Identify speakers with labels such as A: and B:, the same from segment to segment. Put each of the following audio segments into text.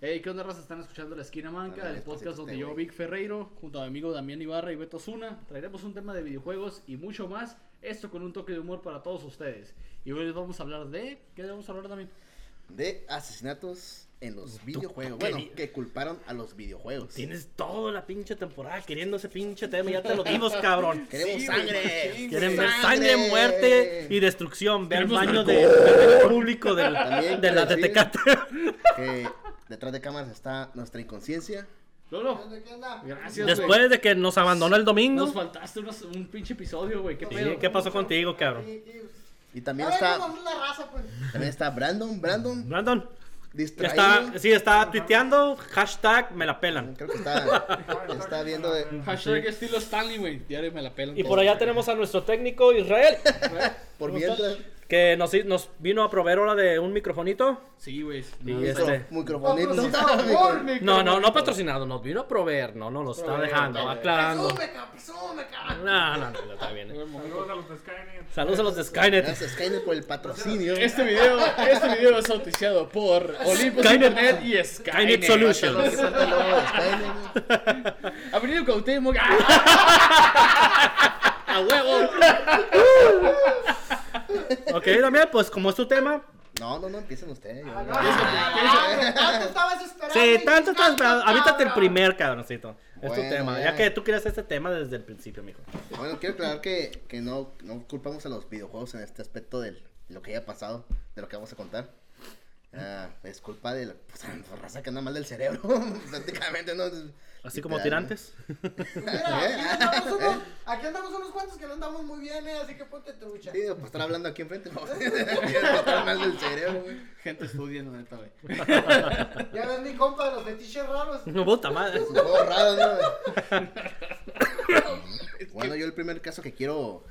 A: Hey, ¿qué onda, raza? Están escuchando La Esquina Manca,
B: Dale,
A: el
B: despacito,
A: podcast donde
B: este,
A: yo,
B: güey.
A: Vic Ferreiro, junto a mi amigo Damián Ibarra y Beto Zuna, traeremos un tema de videojuegos y mucho más, esto con un toque de humor para todos ustedes. Y hoy les vamos a hablar de... ¿Qué les vamos a hablar también?
B: De asesinatos en los videojuegos.
C: qué
B: Bueno,
C: di-
B: que culparon a los videojuegos.
C: Tienes toda la pinche temporada queriendo ese pinche tema, ya te lo dimos, cabrón.
B: Queremos
A: Sí,
B: sangre.
A: güey, chingue.
C: Quieren ver sangre, muerte y destrucción. Ver el
A: Queremos
C: baño de, del público del-
B: También
C: de la
B: quiero
C: de
B: decir-
C: Tecate.
B: Que detrás de cámaras está nuestra inconsciencia.
A: Lolo, gracias, güey.
C: Después de que nos abandonó el
A: Nos
C: domingo,
A: faltaste unos- un pinche episodio, güey, qué
C: Sí,
A: pedo.
C: ¿qué pasó contigo, cabrón?
B: Y también
D: A ver,
B: está,
D: ¿cómo es la raza, pues?
B: también está Brandon. Brandon,
C: Brandon,
B: distraído.
C: está, sí, está tuiteando, hashtag me la pelan.
B: Creo que está, está viendo de-
A: Hashtag estilo Stanley, güey, diario me la pelan.
C: Y
A: todos.
C: por allá tenemos a nuestro técnico Israel,
B: por
A: ¿Cómo estás?
B: mientras.
C: que nos, nos vino a proveer ahora de un microfonito.
A: Sí, güey.
C: Y
A: no,
C: este-
B: Micro- Microfonito.
D: Patrocinado por mi-
C: No, no, no patrocinado, nos vino a proveer, no nos lo está dejando,
B: Ah,
C: aclarando.
D: Presume, cabrón, presume, cabrón.
C: No, no, no, está bien. eh.
E: Saludos a los de Skynet.
C: Saludos a los de Skynet.
B: Gracias, Skynet, por el patrocinio.
A: Este video, este video es auspiciado por Olympus
C: Skynet.
A: Internet y Skynet.
C: Skynet
B: Lo que
C: Solutions.
B: falta luego de Skynet, güey.
A: Avenida Cuauhtémoc. ¡Ah! ¡A huevo!
C: Ok, Damián, pues como es tu tema,
B: No, no, no, empiecen ustedes. yo-
A: Este
D: Ah, Tanto estabas esperando.
C: Sí,
D: y
C: tanto estás esperando.
D: cabrón.
C: Avítate el primer, cabroncito. Es tu
B: Bueno,
C: tema.
B: ya.
C: Ya que tú quieres este tema desde el principio, mijo.
B: Bueno, quiero aclarar que, que no, no culpamos a los videojuegos en este aspecto de lo que haya pasado, de lo que vamos a contar. Ah, es culpa de la pues, raza que anda mal del cerebro, prácticamente, ¿no?
C: Así como tirantes.
D: Mira, aquí andamos unos- Aquí andamos unos cuantos que no andamos muy bien, eh, así que ponte trucha.
B: Sí, pues estar hablando aquí enfrente, ¿no? estar mal del cerebro, güey.
A: Gente estudiando, neta, güey.
D: Ya ves mi compa de los fetiches raros.
C: No, puta madre.
B: Un juego raro, ¿no? bueno, yo el primer caso que quiero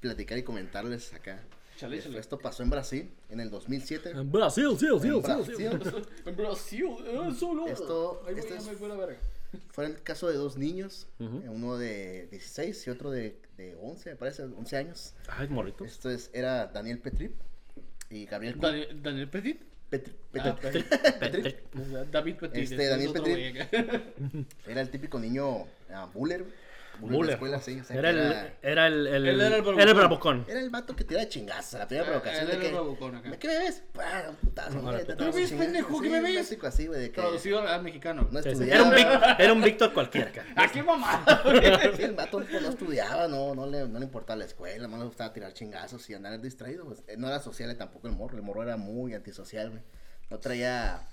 B: platicar y comentarles acá.
A: Chale, chale.
B: Esto pasó en Brasil en el 2007.
C: En Brasil, sí, sí,
B: En
C: sí, sí.
B: Brasil.
A: En Brasil, eh, solo.
B: Esto-
A: Ay, güey,
B: esto
A: ya
B: es-
A: me fue la verga.
B: Fue el caso de dos niños, eh, uno de 16 y otro de, de 11, me parece, 11 años.
C: Ay, morrito.
B: Esto es, era Daniel Petrip y Gabriel Cu-
A: Daniel, Daniel Petit.
B: Petri-
A: Ah,
B: Petrip.
C: Petre-
A: David Petit.
B: Este,
A: es
B: Daniel
A: otro
B: Petit.
A: güey acá.
B: Era el típico niño ah, buller. güey. Buller. de
C: Buller.
B: escuela, sí, o sea,
C: Era
B: que
C: el. Era el. el-
A: Él era el bravucón.
C: Era el bravucón.
B: era el vato que tiraba chingazos a la primera
A: Ah,
B: provocación.
A: él
B: de
A: era
B: que,
A: el bravucón acá.
B: ¿Me qué me ves? Pa, putazo,
C: Ahora,
B: güey,
C: putazo.
B: tantos
A: ¿Qué ves,
B: chingazos,
A: pendejo?
B: sí,
A: ¿Qué me ves?
B: básico así, güey, de que
A: Traducido al mexicano.
B: no
C: Sí, sí.
B: estudiaba.
C: Era un Vic- era un Víctor cualquiera, cara.
A: ¿A qué mamada? güey?
B: Sí, el vato pues, no estudiaba, no, no, le, no le importaba la escuela, no le gustaba tirar chingazos y andar distraído. Pues. Eh, No era social tampoco el morro, el morro era muy antisocial, güey. No traía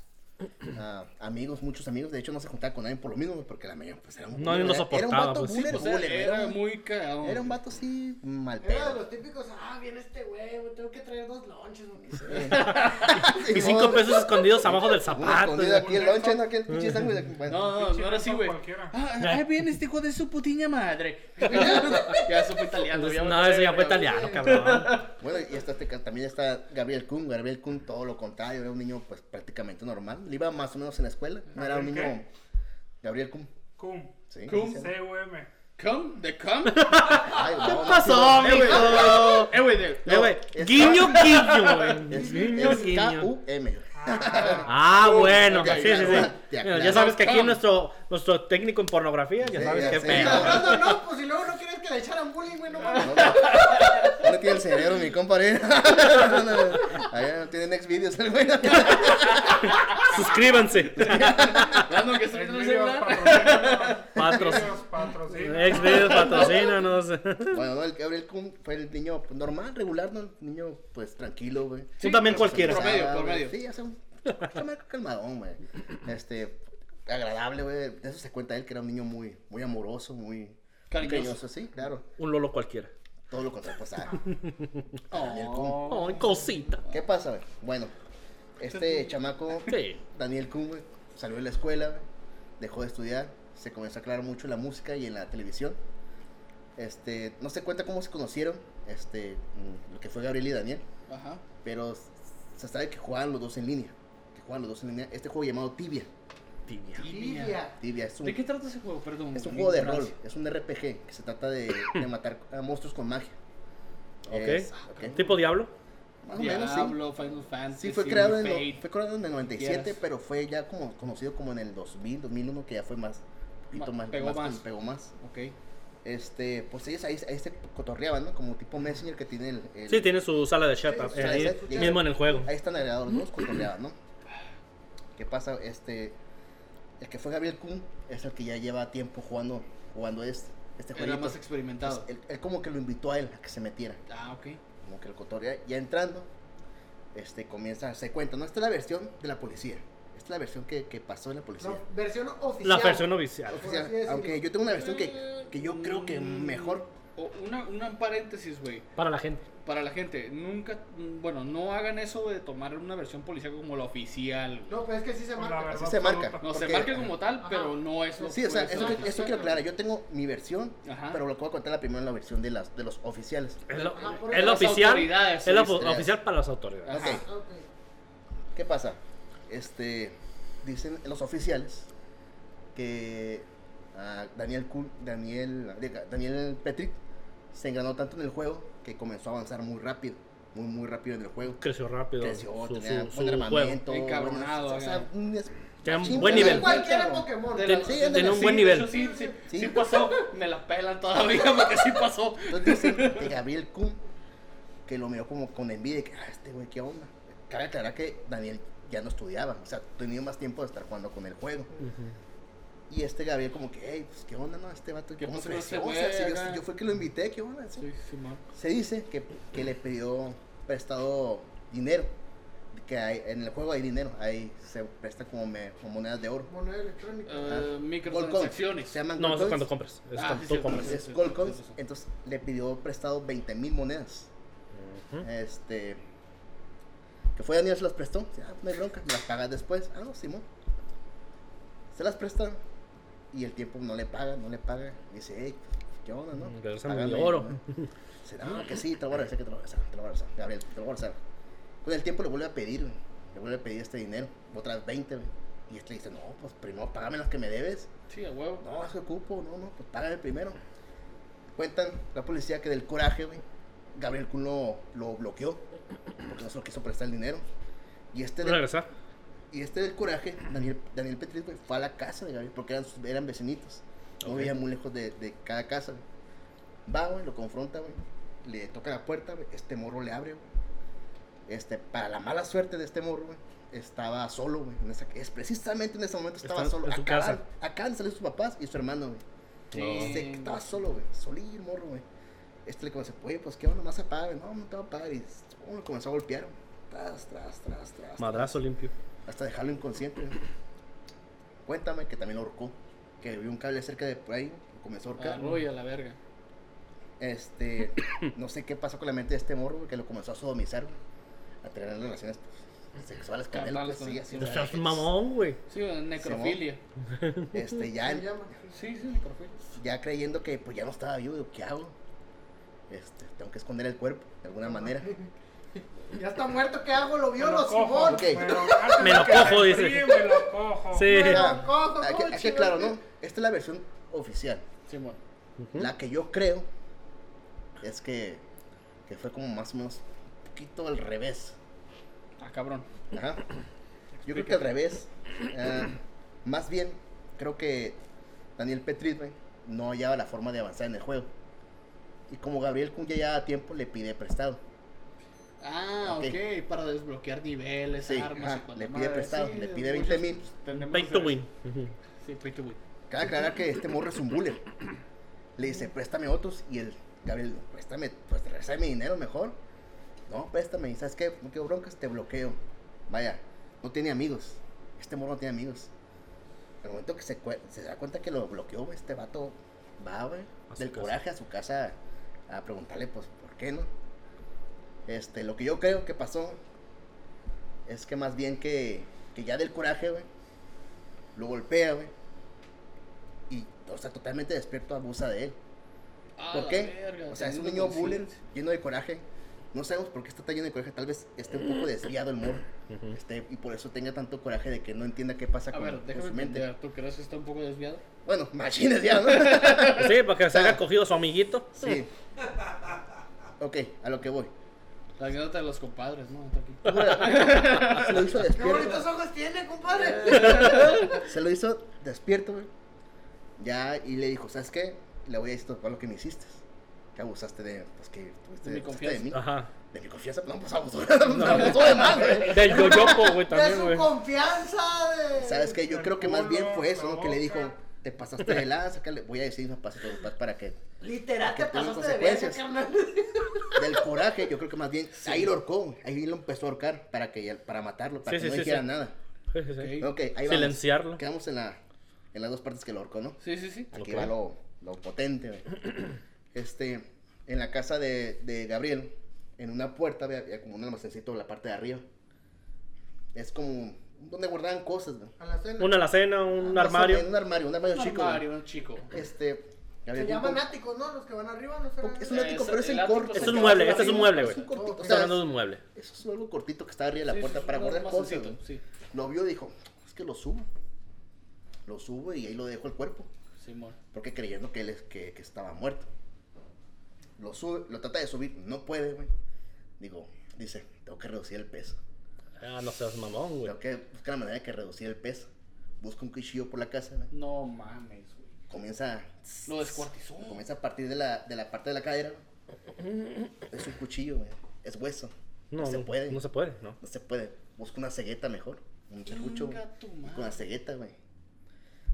B: ah, amigos, muchos amigos. De hecho, no se juntaba con nadie por lo mismo, güey, porque la mayoría pues, era un
C: No,
B: era- Era
C: no
B: un
C: soportaba,
B: vato
C: pues, sí,
B: buller,
A: O sea,
B: buller,
A: era
B: era, un-
A: muy cagado.
B: era un vato así mal
D: Era de
B: pedo.
D: los típicos, ah, viene este güey, güey, tengo que traer dos lonches, o qué sé.
C: Y cinco pesos escondidos abajo del
B: Uno
C: zapato.
B: escondido aquí el lonche, no, aquí el pinche sangre. bueno.
A: No, no, no
E: Pinche
A: era así,
E: vato
A: güey.
E: cualquiera.
A: Ah, ahí viene este hijo de su putiña madre. ya eso fue italiano. ya me
C: No,
A: acordé,
C: ese ya fue
A: güey.
C: italiano, cabrón.
B: Bueno, y hasta este, ca- también está Gabriel Kun. Gabriel Kun, todo lo contrario, era un niño pues prácticamente normal. Le iba más o menos en la escuela. No era un
E: ¿Gabriel
B: niño. Gabriel Kun.
E: Cum.
B: Sí.
A: Kun.
B: sí, sí.
E: CUM.
A: Come, the come.
B: Ay, no, no,
C: Pasó,
A: Eh, güey.
C: mijo.
A: Eh, güey, de-
C: Eh, güey.
B: es-
C: Guiño, guiño, güey.
B: Es,
C: Guiño,
B: es
C: guiño.
B: K-U-M.
C: Ah, bueno,
B: ok,
C: sí, sí, sí.
B: ya, ya,
C: Mira,
B: ya.
C: ya sabes que aquí
A: Tom.
C: nuestro, nuestro técnico en pornografía, ya
B: Sí,
C: sabes
B: ya
C: qué
B: sé.
C: pedo.
D: Hablando, no, pues si luego no quieres que le echaran bullying, güey, no mames.
B: No, no. No le tiene el cerebro, mi compadre. No, no, no. Allá no tiene next videos el güey.
C: Suscríbanse.
A: Dando que estoy en el celular.
C: Patros.
E: Patrocina.
C: Exvideos patrocina, no sé.
B: Bueno, no, el Gabriel Kun fue el niño pues, normal, regular, ¿no? El niño, pues, tranquilo, güey.
C: Tú también cualquiera.
A: Promedio,
B: Calmado, güey.
A: promedio.
B: Sí, hace un chamaco calmadón, güey. Este, agradable, güey. De eso se cuenta él, que era un niño muy, muy amoroso, muy
A: Cariñoso.
B: cariñoso, sí, claro.
C: Un lolo cualquiera.
B: Todo lo contrario, pues, ah, Daniel Kun.
A: Oh.
C: Ay, cosita.
B: ¿Qué pasa, güey? Bueno, este chamaco,
C: Sí.
B: Daniel Kun, güey, salió de la escuela, güey, dejó de estudiar, se comenzó a aclarar mucho en la música y en la televisión. Este, no se cuenta cómo se conocieron, este, mm, lo que fue Gabriel y Daniel.
A: Ajá.
B: pero se sabe que jugaban los dos en línea. Que jugaban los dos en línea. Este juego llamado Tibia.
C: Tibia.
D: Tibia.
B: Tibia es un,
A: ¿De qué trata ese juego? Perdón.
B: es un
A: mi
B: juego de
A: ignorancia.
B: rol, es un RPG que se trata de, de matar a monstruos con magia.
C: Ok.
B: Es- ah, ok.
C: ¿Tipo diablo?
B: Más o menos, sí.
A: Diablo, Final Fantasy.
B: Sí, fue creado, en,
A: Fate.
B: lo- fue creado en el 97,
A: quieras.
B: pero fue ya como conocido como en el 2000, 2001, que ya fue más. un poquito
A: Ma-
B: más,
A: pegó más.
B: Pegó más.
A: Ok.
B: Este, pues ellos ahí, ahí se cotorreaban, ¿no? Como tipo Messenger que tiene el. el-
C: Sí, tiene su sala de chat
B: Sí,
C: eh,
B: su sala de
C: ahí
B: chat, ya.
C: mismo en el juego.
B: Ahí están agregados los dos cotorreaban, ¿no? ¿Qué pasa? Este. El que fue Gabriel Kuhn es el que ya lleva tiempo jugando, jugando este, este
A: Era
B: jueguito.
A: más
B: Entonces,
A: experimentado.
B: él, él como que lo invitó a él a que se metiera.
A: Ah, ok.
B: Como que el cotorrea, ya entrando, este comienza a darse cuenta. No, esta es la versión de la policía. Esta es la versión que, que pasó en la policía.
D: No, versión oficial.
C: La versión oficial.
B: Oficial,
D: así decirlo.
B: aunque yo tengo una versión que, que yo creo que
A: Mm.
B: mejor.
A: O una, una paréntesis, güey.
C: Para la gente.
A: Para la gente, nunca. mm, Bueno, no hagan eso de tomar una versión policial como la oficial. güey.
D: No, pero es que sí se
E: Con la
D: marca.
E: verdad
B: se marca.
E: absoluta.
A: No, se
B: porque-
A: marca como tal,
D: Ajá.
A: pero no es lo
B: Sí, o sea,
A: puede
B: eso,
A: ser.
B: que- eso quiero aclarar. Yo tengo mi versión,
A: Ajá.
B: pero lo que voy a contar la primera es la versión de, las, de los oficiales.
C: Es lo,
B: Ah,
D: Ajá, por
C: es lo
A: las
C: oficial.
A: autoridades,
C: Es lo
A: sí,
B: sí. Ah.
C: oficial para las autoridades.
A: Ajá.
B: Ok,
D: Ah, Ok.
B: ¿qué pasa? Este, dicen los oficiales que ah, Daniel, Kuhl- Daniel, diga, Daniel Petrick se engranó tanto en el juego que comenzó a avanzar muy rápido, muy, muy rápido en el juego.
C: Creció rápido.
B: Creció,
C: su,
B: tenía buen
C: su- su juego.
B: armamento, buenas-
A: Encabronado,
B: o sea,
A: acá.
B: un es-
C: Tenía un
B: machín,
C: buen
B: pero-
C: nivel.
D: Cualquiera Pokémon.
A: De la-
B: Sí,
A: de la-
B: ándale.
C: un
A: sí,
C: buen
A: de
C: nivel.
A: hecho, sí, sí,
B: Sí.
A: sí pasó. Me la pelan todavía porque sí pasó.
B: Entonces dicen que Gabriel Kuhn, que lo miró como con envidia, y que, ah, este güey, ¿qué onda? Cabe aclarar que Daniel ya no estudiaba, o sea, tenía más tiempo de estar jugando con el juego. Y este Gabriel como que, hey, pues, ¿qué onda, no? Este vato,
A: ¿Qué
B: ¿cómo
A: pasó
B: se
A: con este
B: creció? O sea,
A: güey
B: si
A: acá?
B: yo, yo fue el que lo invité, ¿qué onda? Sí.
A: Sí, sí, man.
B: Se dice que, que le pidió prestado dinero, que hay- en el juego hay dinero, ahí se presta como, me- como monedas de oro.
D: Moneda electrónica.
B: Ah,
A: Eh,
B: Gold coins,
A: microtransacciones.
B: Se llaman
C: No,
B: gold
C: eso es
B: coins.
C: cuando compras. Es
A: Ah,
C: cuando
A: sí,
C: tú
A: cierto.
C: compras.
A: Sí,
B: es
A: sí,
B: Gold
A: sí,
B: Coins,
A: sí, sí.
B: entonces le pidió prestado 20 mil monedas.
C: Ujú.
B: Este. Que fue Daniel, se las prestó. Dice, Ah, no hay bronca, me las pagas después. Ah, no, Simón. Se las presta y el tiempo no le paga, no le paga. Y dice, hey, ¿qué onda, no?
C: Mm, regresame
B: Págame,
C: mi oro.
B: ¿no? Dice, no, que sí, te lo voy a regresar, que te lo voy a regresar, te lo voy a regresar. Gabriel, te lo voy a regresar. Con el tiempo le vuelve a pedir, güey, le vuelve a pedir este dinero, otras 20, güey. Y este le dice, no, pues primero págame las que me debes.
A: Sí, a huevo.
B: No, se ocupo, no, no, pues págame primero. Cuentan la policía que del coraje, güey, Gabriel Kun lo, lo bloqueó porque no se lo quiso prestar el dinero. Y este, del,
C: Regresar.
B: y este del coraje, Daniel, Daniel Petrit, güey, fue a la casa de Gabriel porque eran, sus- eran vecinitos. No
C: Ok.
B: vivían muy lejos de, de cada casa, güey. Va, güey, lo confronta, güey. Le toca la puerta, güey. Este morro le abre, güey. Este, para la mala suerte de este morro, güey, estaba solo, güey. en esa- es, precisamente en ese momento estaba
C: Está
B: solo.
C: en su
B: Acá-
C: casa.
B: Acá han salido sus papás y su hermano, güey.
A: Sí.
B: Se, estaba solo, güey. Solillo, el morro, güey. Este le comenzó, oye, pues qué onda, más apaga, güey. No, no te va a pagar. Y uno lo comenzó a golpear, güey. Tras, tras, tras, tras.
C: Madrazo limpio.
B: Hasta dejarlo inconsciente, güey. Cuéntame que también lo ahorcó. Que vio un cable cerca de por ahí, güey, lo comenzó a ahorcar.
A: Arroyo a la verga.
B: Este, no sé qué pasó con la mente de este morro, güey, que lo comenzó a sodomizar, güey. A tener relaciones pues, sexuales con él,
A: Carnales
B: pues,
A: con
B: sí,
A: él,
B: así,
A: sí.
C: No
B: güey.
C: seas mamón, güey.
A: Sí, necrofilia.
B: Este, ya
D: Se
B: en-
D: llama.
A: Sí, sí, necrofilia.
B: ya creyendo que pues ya no estaba vivo, digo, ¿qué hago? Este, tengo que esconder el cuerpo de alguna manera.
D: Ya está muerto, ¿qué hago? Lo
E: Me
D: violo,
E: lo cojo,
D: Simón.
B: ok.
E: me lo- antes
C: Me
E: de
C: lo
E: que
C: cojo,
E: me
C: dice.
E: enfríe, Me lo cojo.
C: Sí.
B: Ah,
D: Pero, ¿cómo,
B: aquí,
D: cómo,
B: aquí
D: chingón?
B: claro, ¿no? Esta es la versión oficial.
A: Sí, bueno.
B: La que yo creo es que, que fue como más o menos un poquito al revés.
A: Ah, cabrón.
B: Ajá. Yo creo que al revés. Ah, más bien, creo que Daniel Petrit güey, no hallaba la forma de avanzar en el juego. Y como Gabriel Cunya ya a tiempo le pide prestado.
A: Ah, ok.
B: Ok.
A: Para desbloquear niveles,
B: Sí,
A: armas
B: ajá,
A: y cuanta
B: le pide
A: madre.
B: prestado, le pide 20 mil.
A: muchos tendemos
C: Pay
A: a
C: to
A: hacer
C: win.
A: eso. Sí, pay to win.
B: Cabe aclarar que este morro es un bullying. Le dice, préstame otros. Y el Gabriel, préstame, pues regresame mi dinero mejor. No, préstame. Y sabes qué, no quiero broncas, te bloqueo. Vaya, no tiene amigos. Este morro no tiene amigos. Al momento que se, cue- se da cuenta que lo bloqueó, güey, este vato va, güey,
C: A su
B: del
C: casa.
B: coraje a su casa a preguntarle, pues, ¿por qué no? Este, lo que yo creo que pasó es que más bien que, que ya del coraje, güey, lo golpea, güey. Y, o sea, totalmente despierto abusa de él.
A: Ah,
B: ¿Por
A: la
B: qué?
A: verga,
B: o sea, es un
A: teniendo
B: niño bullying,
A: conciencia.
B: lleno de coraje. No sabemos por qué está tan lleno de coraje. Tal vez esté un poco desviado el morro. Este, y por eso tenga tanto coraje de que no entienda qué pasa
A: A
B: con,
A: ver,
B: con
A: déjame
B: su mente.
A: entender. ¿Tú crees que está un poco desviado?
B: Bueno, machines ya, ¿no? Ah.
C: Sí, para que se haya cogido su amiguito.
B: sí. Ok, a lo que voy.
A: La anécdota de los compadres, ¿no? Está aquí.
B: Güey, Se lo hizo
D: Qué
B: despierto.
D: bonitos ojos tiene, compadre.
B: Se lo hizo despierto, güey. Ya, y le dijo, ¿sabes qué? Le voy a decir todo lo que me hiciste. Que abusaste de, pues que tuviste
A: De mi
B: abusaste de
A: confianza.
B: mí.
C: Ajá.
B: De mi confianza, no, pues abusó, abusó de más, güey.
C: Del yoyopo, güey,
D: De
C: también,
D: su
C: güey.
D: confianza, de.
B: ¿Sabes qué? Yo
E: El
B: creo que más bien
E: culo,
B: fue eso,
E: la
B: ¿no? Que le dijo,
E: boca.
B: te pasaste de lanza, que le voy a decir mis papás y todo, pa- para que...
D: Literal, te
B: Que tiene
D: pasaste de verga,
B: consecuencias.
D: carnal.
B: Del coraje, yo creo que más bien, ahí lo ahorcó, güey. ahí lo empezó a ahorcar para, que, para matarlo, para
C: Sí,
B: que
C: sí,
B: no
C: sí,
B: dijera
C: sí.
B: nada.
C: Sí, sí, sí.
A: Ok.
B: Ok, ahí vamos.
C: Silenciarlo.
B: Quedamos en, la, en las dos partes que lo ahorcó, ¿no?
A: Sí, sí, sí.
B: Aquí
C: Ok.
B: va lo, lo potente, güey. Este, en la casa de, de Gabriel, en una puerta había, había como un almacencito en la parte de arriba. Es como donde guardaban cosas, güey.
D: A la cena.
C: Una alacena, un
B: Más o menos,
C: armario.
B: Un armario, un armario
A: Un
B: chico. güey.
A: armario, un chico.
B: Este.
D: Se
B: Gabriel,
D: llaman
B: un-
D: áticos, ¿no? Los que van arriba, no
B: un-
D: sé.
B: Es un
A: Eh,
B: ático,
A: es-
B: pero es
A: el
B: en
A: ático
B: corto.
A: es
C: Es
B: que
C: un
B: va
C: mueble,
B: arriba,
C: este es un
B: ¿no?
C: mueble, güey.
B: Es un cortito.
C: Estamos
B: o sea,
C: hablando de un mueble.
B: Eso es algo cortito que está arriba de la
A: Sí,
B: puerta
A: sí,
B: para
A: un
B: guardar cosas.
A: almacencito,
B: güey.
A: Sí,
B: Lo vio y dijo: Es que lo subo. Lo subo y ahí lo dejo el cuerpo.
A: Simón.
B: Porque creyendo que él es, que, que estaba muerto. Lo sube, lo trata de subir, no puede, güey. Digo, dice, tengo que reducir el peso.
C: Ah, no seas mamón, güey.
B: Tengo que buscar la manera de que reducir el peso. Busca un cuchillo por la casa, güey.
A: No mames, güey.
B: Comienza.
A: Lo descuartizó.
B: Comienza a partir de la, de la parte de la cadera. Es un cuchillo, güey. Es hueso. No,
C: No,
B: se puede.
C: No se puede, no.
B: No se puede. Busca una cegueta mejor. Un serrucho. güey.
A: Chinga tu
B: Y
A: madre.
B: Con la cegueta, güey.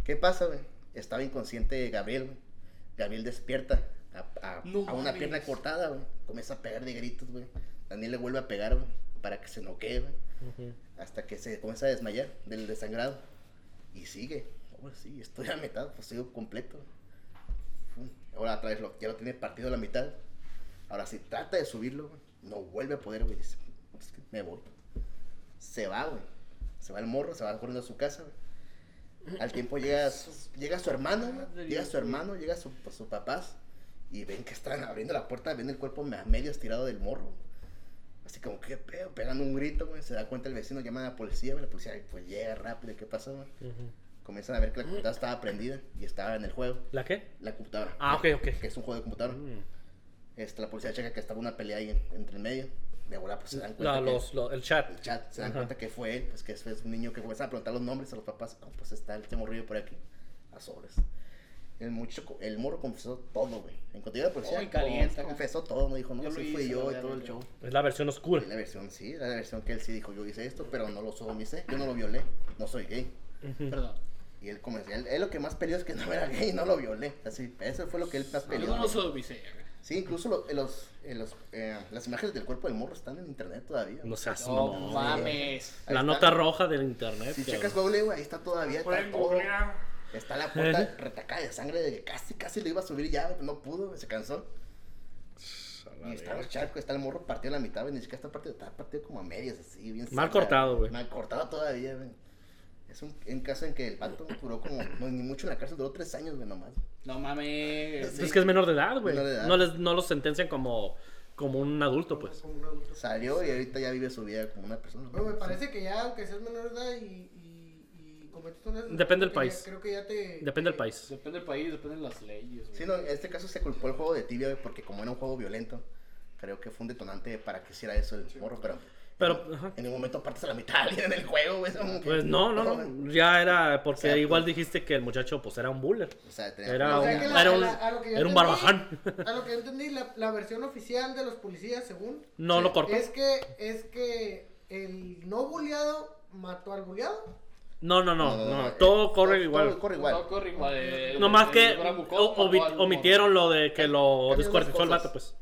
B: ¿Qué pasa, güey? Estaba inconsciente Gabriel, güey. Gabriel despierta a, a-
A: No
B: a una
A: mames.
B: pierna cortada, güey. Comienza a pegar de gritos, güey. Daniel le vuelve a pegar, güey. Para que se noquee, güey.
C: Ujú.
B: Hasta que se comienza a desmayar del desangrado. Y sigue. Ahora sí, estoy a mitad, pues sigo completo. Fum. Ahora otra vez lo, ya lo tiene partido a la mitad. Ahora sí, trata de subirlo, güey. No vuelve a poder, güey. Dice, "Es que me voy. Se va, güey. Se va el morro, se va corriendo a su casa, güey. Al tiempo llega, su- llega su hermano, güey.
A: Madre,
B: Llega su
A: güey.
B: hermano, llega su, pues, sus papás. Y ven que están abriendo la puerta, ven el cuerpo me- a medio estirado del morro. Así como, ¿qué pedo? Pegando un grito, güey. Se da cuenta el vecino, llaman a la policía, güey. La policía, pues llega rápido, ¿qué pasó, güey?
C: Ujú.
B: Comienzan a ver que la computadora estaba prendida y estaba en el juego.
C: ¿La qué?
B: La computadora.
C: Ah, ok, ok.
B: Que es un juego de computadora.
C: Mm.
B: Este, la policía checa que estaba una pelea ahí en- entre el medio. De volada, pues se dan cuenta.
C: Mm. La-
B: que-
C: los, lo- el chat.
B: el chat, se dan
C: Ajá.
B: cuenta que fue él, pues que es, es un niño que comienza a preguntar los nombres a los papás. No, pues está el morrillo por aquí, a sobres. El, muchacho co- el morro confesó todo, güey. En cuanto llegó la policía,
A: Ay, caliente,
B: con-
A: acá.
B: confesó todo, no dijo, no,
A: Yo lo
B: sí fui
A: hice,
B: yo
A: la
B: y
A: verga,
B: todo el
A: yo.
B: show.
C: Es la versión oscura.
B: Y la versión, sí, la versión que él sí dijo, yo hice esto, pero no lo sodomicé, yo no lo violé, no soy gay.
A: Perdón.
B: Y él comenzó, él, él lo que más peleó es que no era gay, no lo violé. Así, eso fue lo que él más
A: Ah, Yo
B: peleó.
A: no lo
B: güey.
A: sodomicé.
B: Sí, incluso lo- en los, en los, eh, las imágenes del cuerpo del morro están en internet todavía.
C: No seas
A: No
C: mamón.
A: mames.
B: Ahí
C: La
B: está.
C: nota roja del internet.
B: Si
C: cabrón.
B: checas Google, güey, ahí está todavía. Está,
E: Pueden
B: todo.
E: googlear.
B: está la puerta retacada de sangre de que casi, casi lo iba a subir ya, pero no pudo, güey, se cansó. Y está el charco, está el morro partido a la mitad, güey, ni siquiera está partido, está partido como a medias, así, bien.
C: Mal
B: sangrado,
C: cortado, güey.
B: Mal cortado todavía, güey. Es un, un caso en que el vato duró como, no, ni mucho en la cárcel, duró tres años, güey, nomás.
A: No mames.
B: Sí.
C: Es Pues que es menor de edad, güey.
B: Menor de edad.
C: No, les- no los sentencian como, como un adulto, pues.
D: Como un adulto.
B: Salió y ahorita ya vive su vida como una persona.
D: Pero
B: güey.
D: me parece que ya, aunque seas menor de edad y, y, y cometiste una...
C: Depende del
D: creo que
C: país.
D: ya- crcreo que ya te...
C: Depende del
D: te-
C: país.
A: Depende del país, depende de las leyes, güey.
B: Sí, no, en este caso se culpó el juego de tibia, güey, porque como era un juego violento, creo que fue un detonante para que hiciera eso el morro, pero...
C: Pero,
B: en-
C: ajá.
B: En un momento partes a la mitad alguien en el juego, güey. es como que-
C: Pues no, no,
B: güey.
C: no. Ya era porque
B: Exacto.
C: igual dijiste que el muchacho pues era un buller.
B: O sea, tenía-
C: Era
D: O
C: un,
D: sea, que la-
C: era un,
D: la- a lo que yo
C: era un
D: entendí-
C: barbaján.
D: A lo que yo entendí, la, la versión oficial de los policías, según,
C: No
B: Sí.
C: lo cortó.
D: es que, es que el no buleado mató al buleado.
C: No, no,
B: No,
C: no,
B: no,
C: no,
B: no,
C: Todo
B: eh,
C: corre
B: todo-
C: igual.
B: todo corre igual.
A: No corre igual. eh,
C: no más
A: el-
C: que
A: el bravucón
C: o-
A: mató
C: omi-
A: al morro.
C: omitieron lo de que lo
B: Cambian las
C: descuartizó el
B: cosas.
C: vato, pues.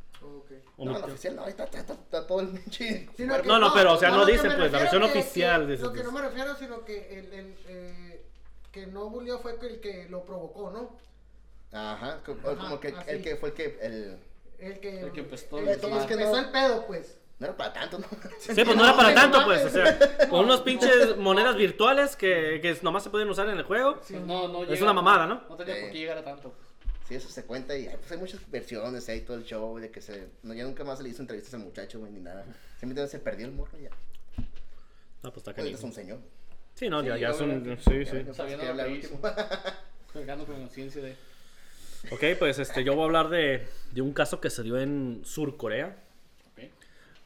B: No, la
C: Omitió.
B: oficial no, ahí está, está, está- está todo el pinche.
D: Sino que
C: No, no, pero, o sea,
D: a
C: no
D: lo que
C: dice,
D: me
C: pues, la
D: refiero
C: versión
D: que-
C: oficial
D: que-
C: dice,
D: Lo que no
C: pues.
D: me refiero, sino que el, el, eh, que no buleó fue el que lo provocó, ¿no?
B: Ajá, co- como,
D: Ajá,
B: que
D: así.
B: el que fue el que. El...
D: El que,
A: El que empezó
D: el,
A: el
D: el que
B: desmadre.
D: empezó el pedo, pues.
B: No era para tanto, ¿no?
C: Sí, pues no era para
D: No,
C: tanto,
D: no
C: pues. O
D: mames.
C: sea, con unos pinches monedas virtuales que, que nomás se pueden usar en el juego.
A: Pues no, no
C: Es
A: llega-
C: una mamada, ¿no?
A: No tenía por
B: Sí.
A: qué llegar a tanto.
B: Sí, eso se cuenta y ay, pues, hay muchas versiones ahí, todo el show, güey, de que se. No, ya nunca más se le hizo entrevistas al muchacho, güey, ni nada. Simplemente se perdió el morro ya.
C: No, pues está
B: Ahorita
C: canijo.
B: es un señor.
C: Sí, no, ya,
A: Sí,
C: ya es un.
A: obviamente.
C: Sí, sí.
B: Ya,
A: Sabiendo
B: que
A: lo
B: la
A: que
B: última-
A: Cargando con conciencia de.
C: Ok, pues este, yo voy a hablar de, de un caso que se dio en Sur Corea.
A: Ok.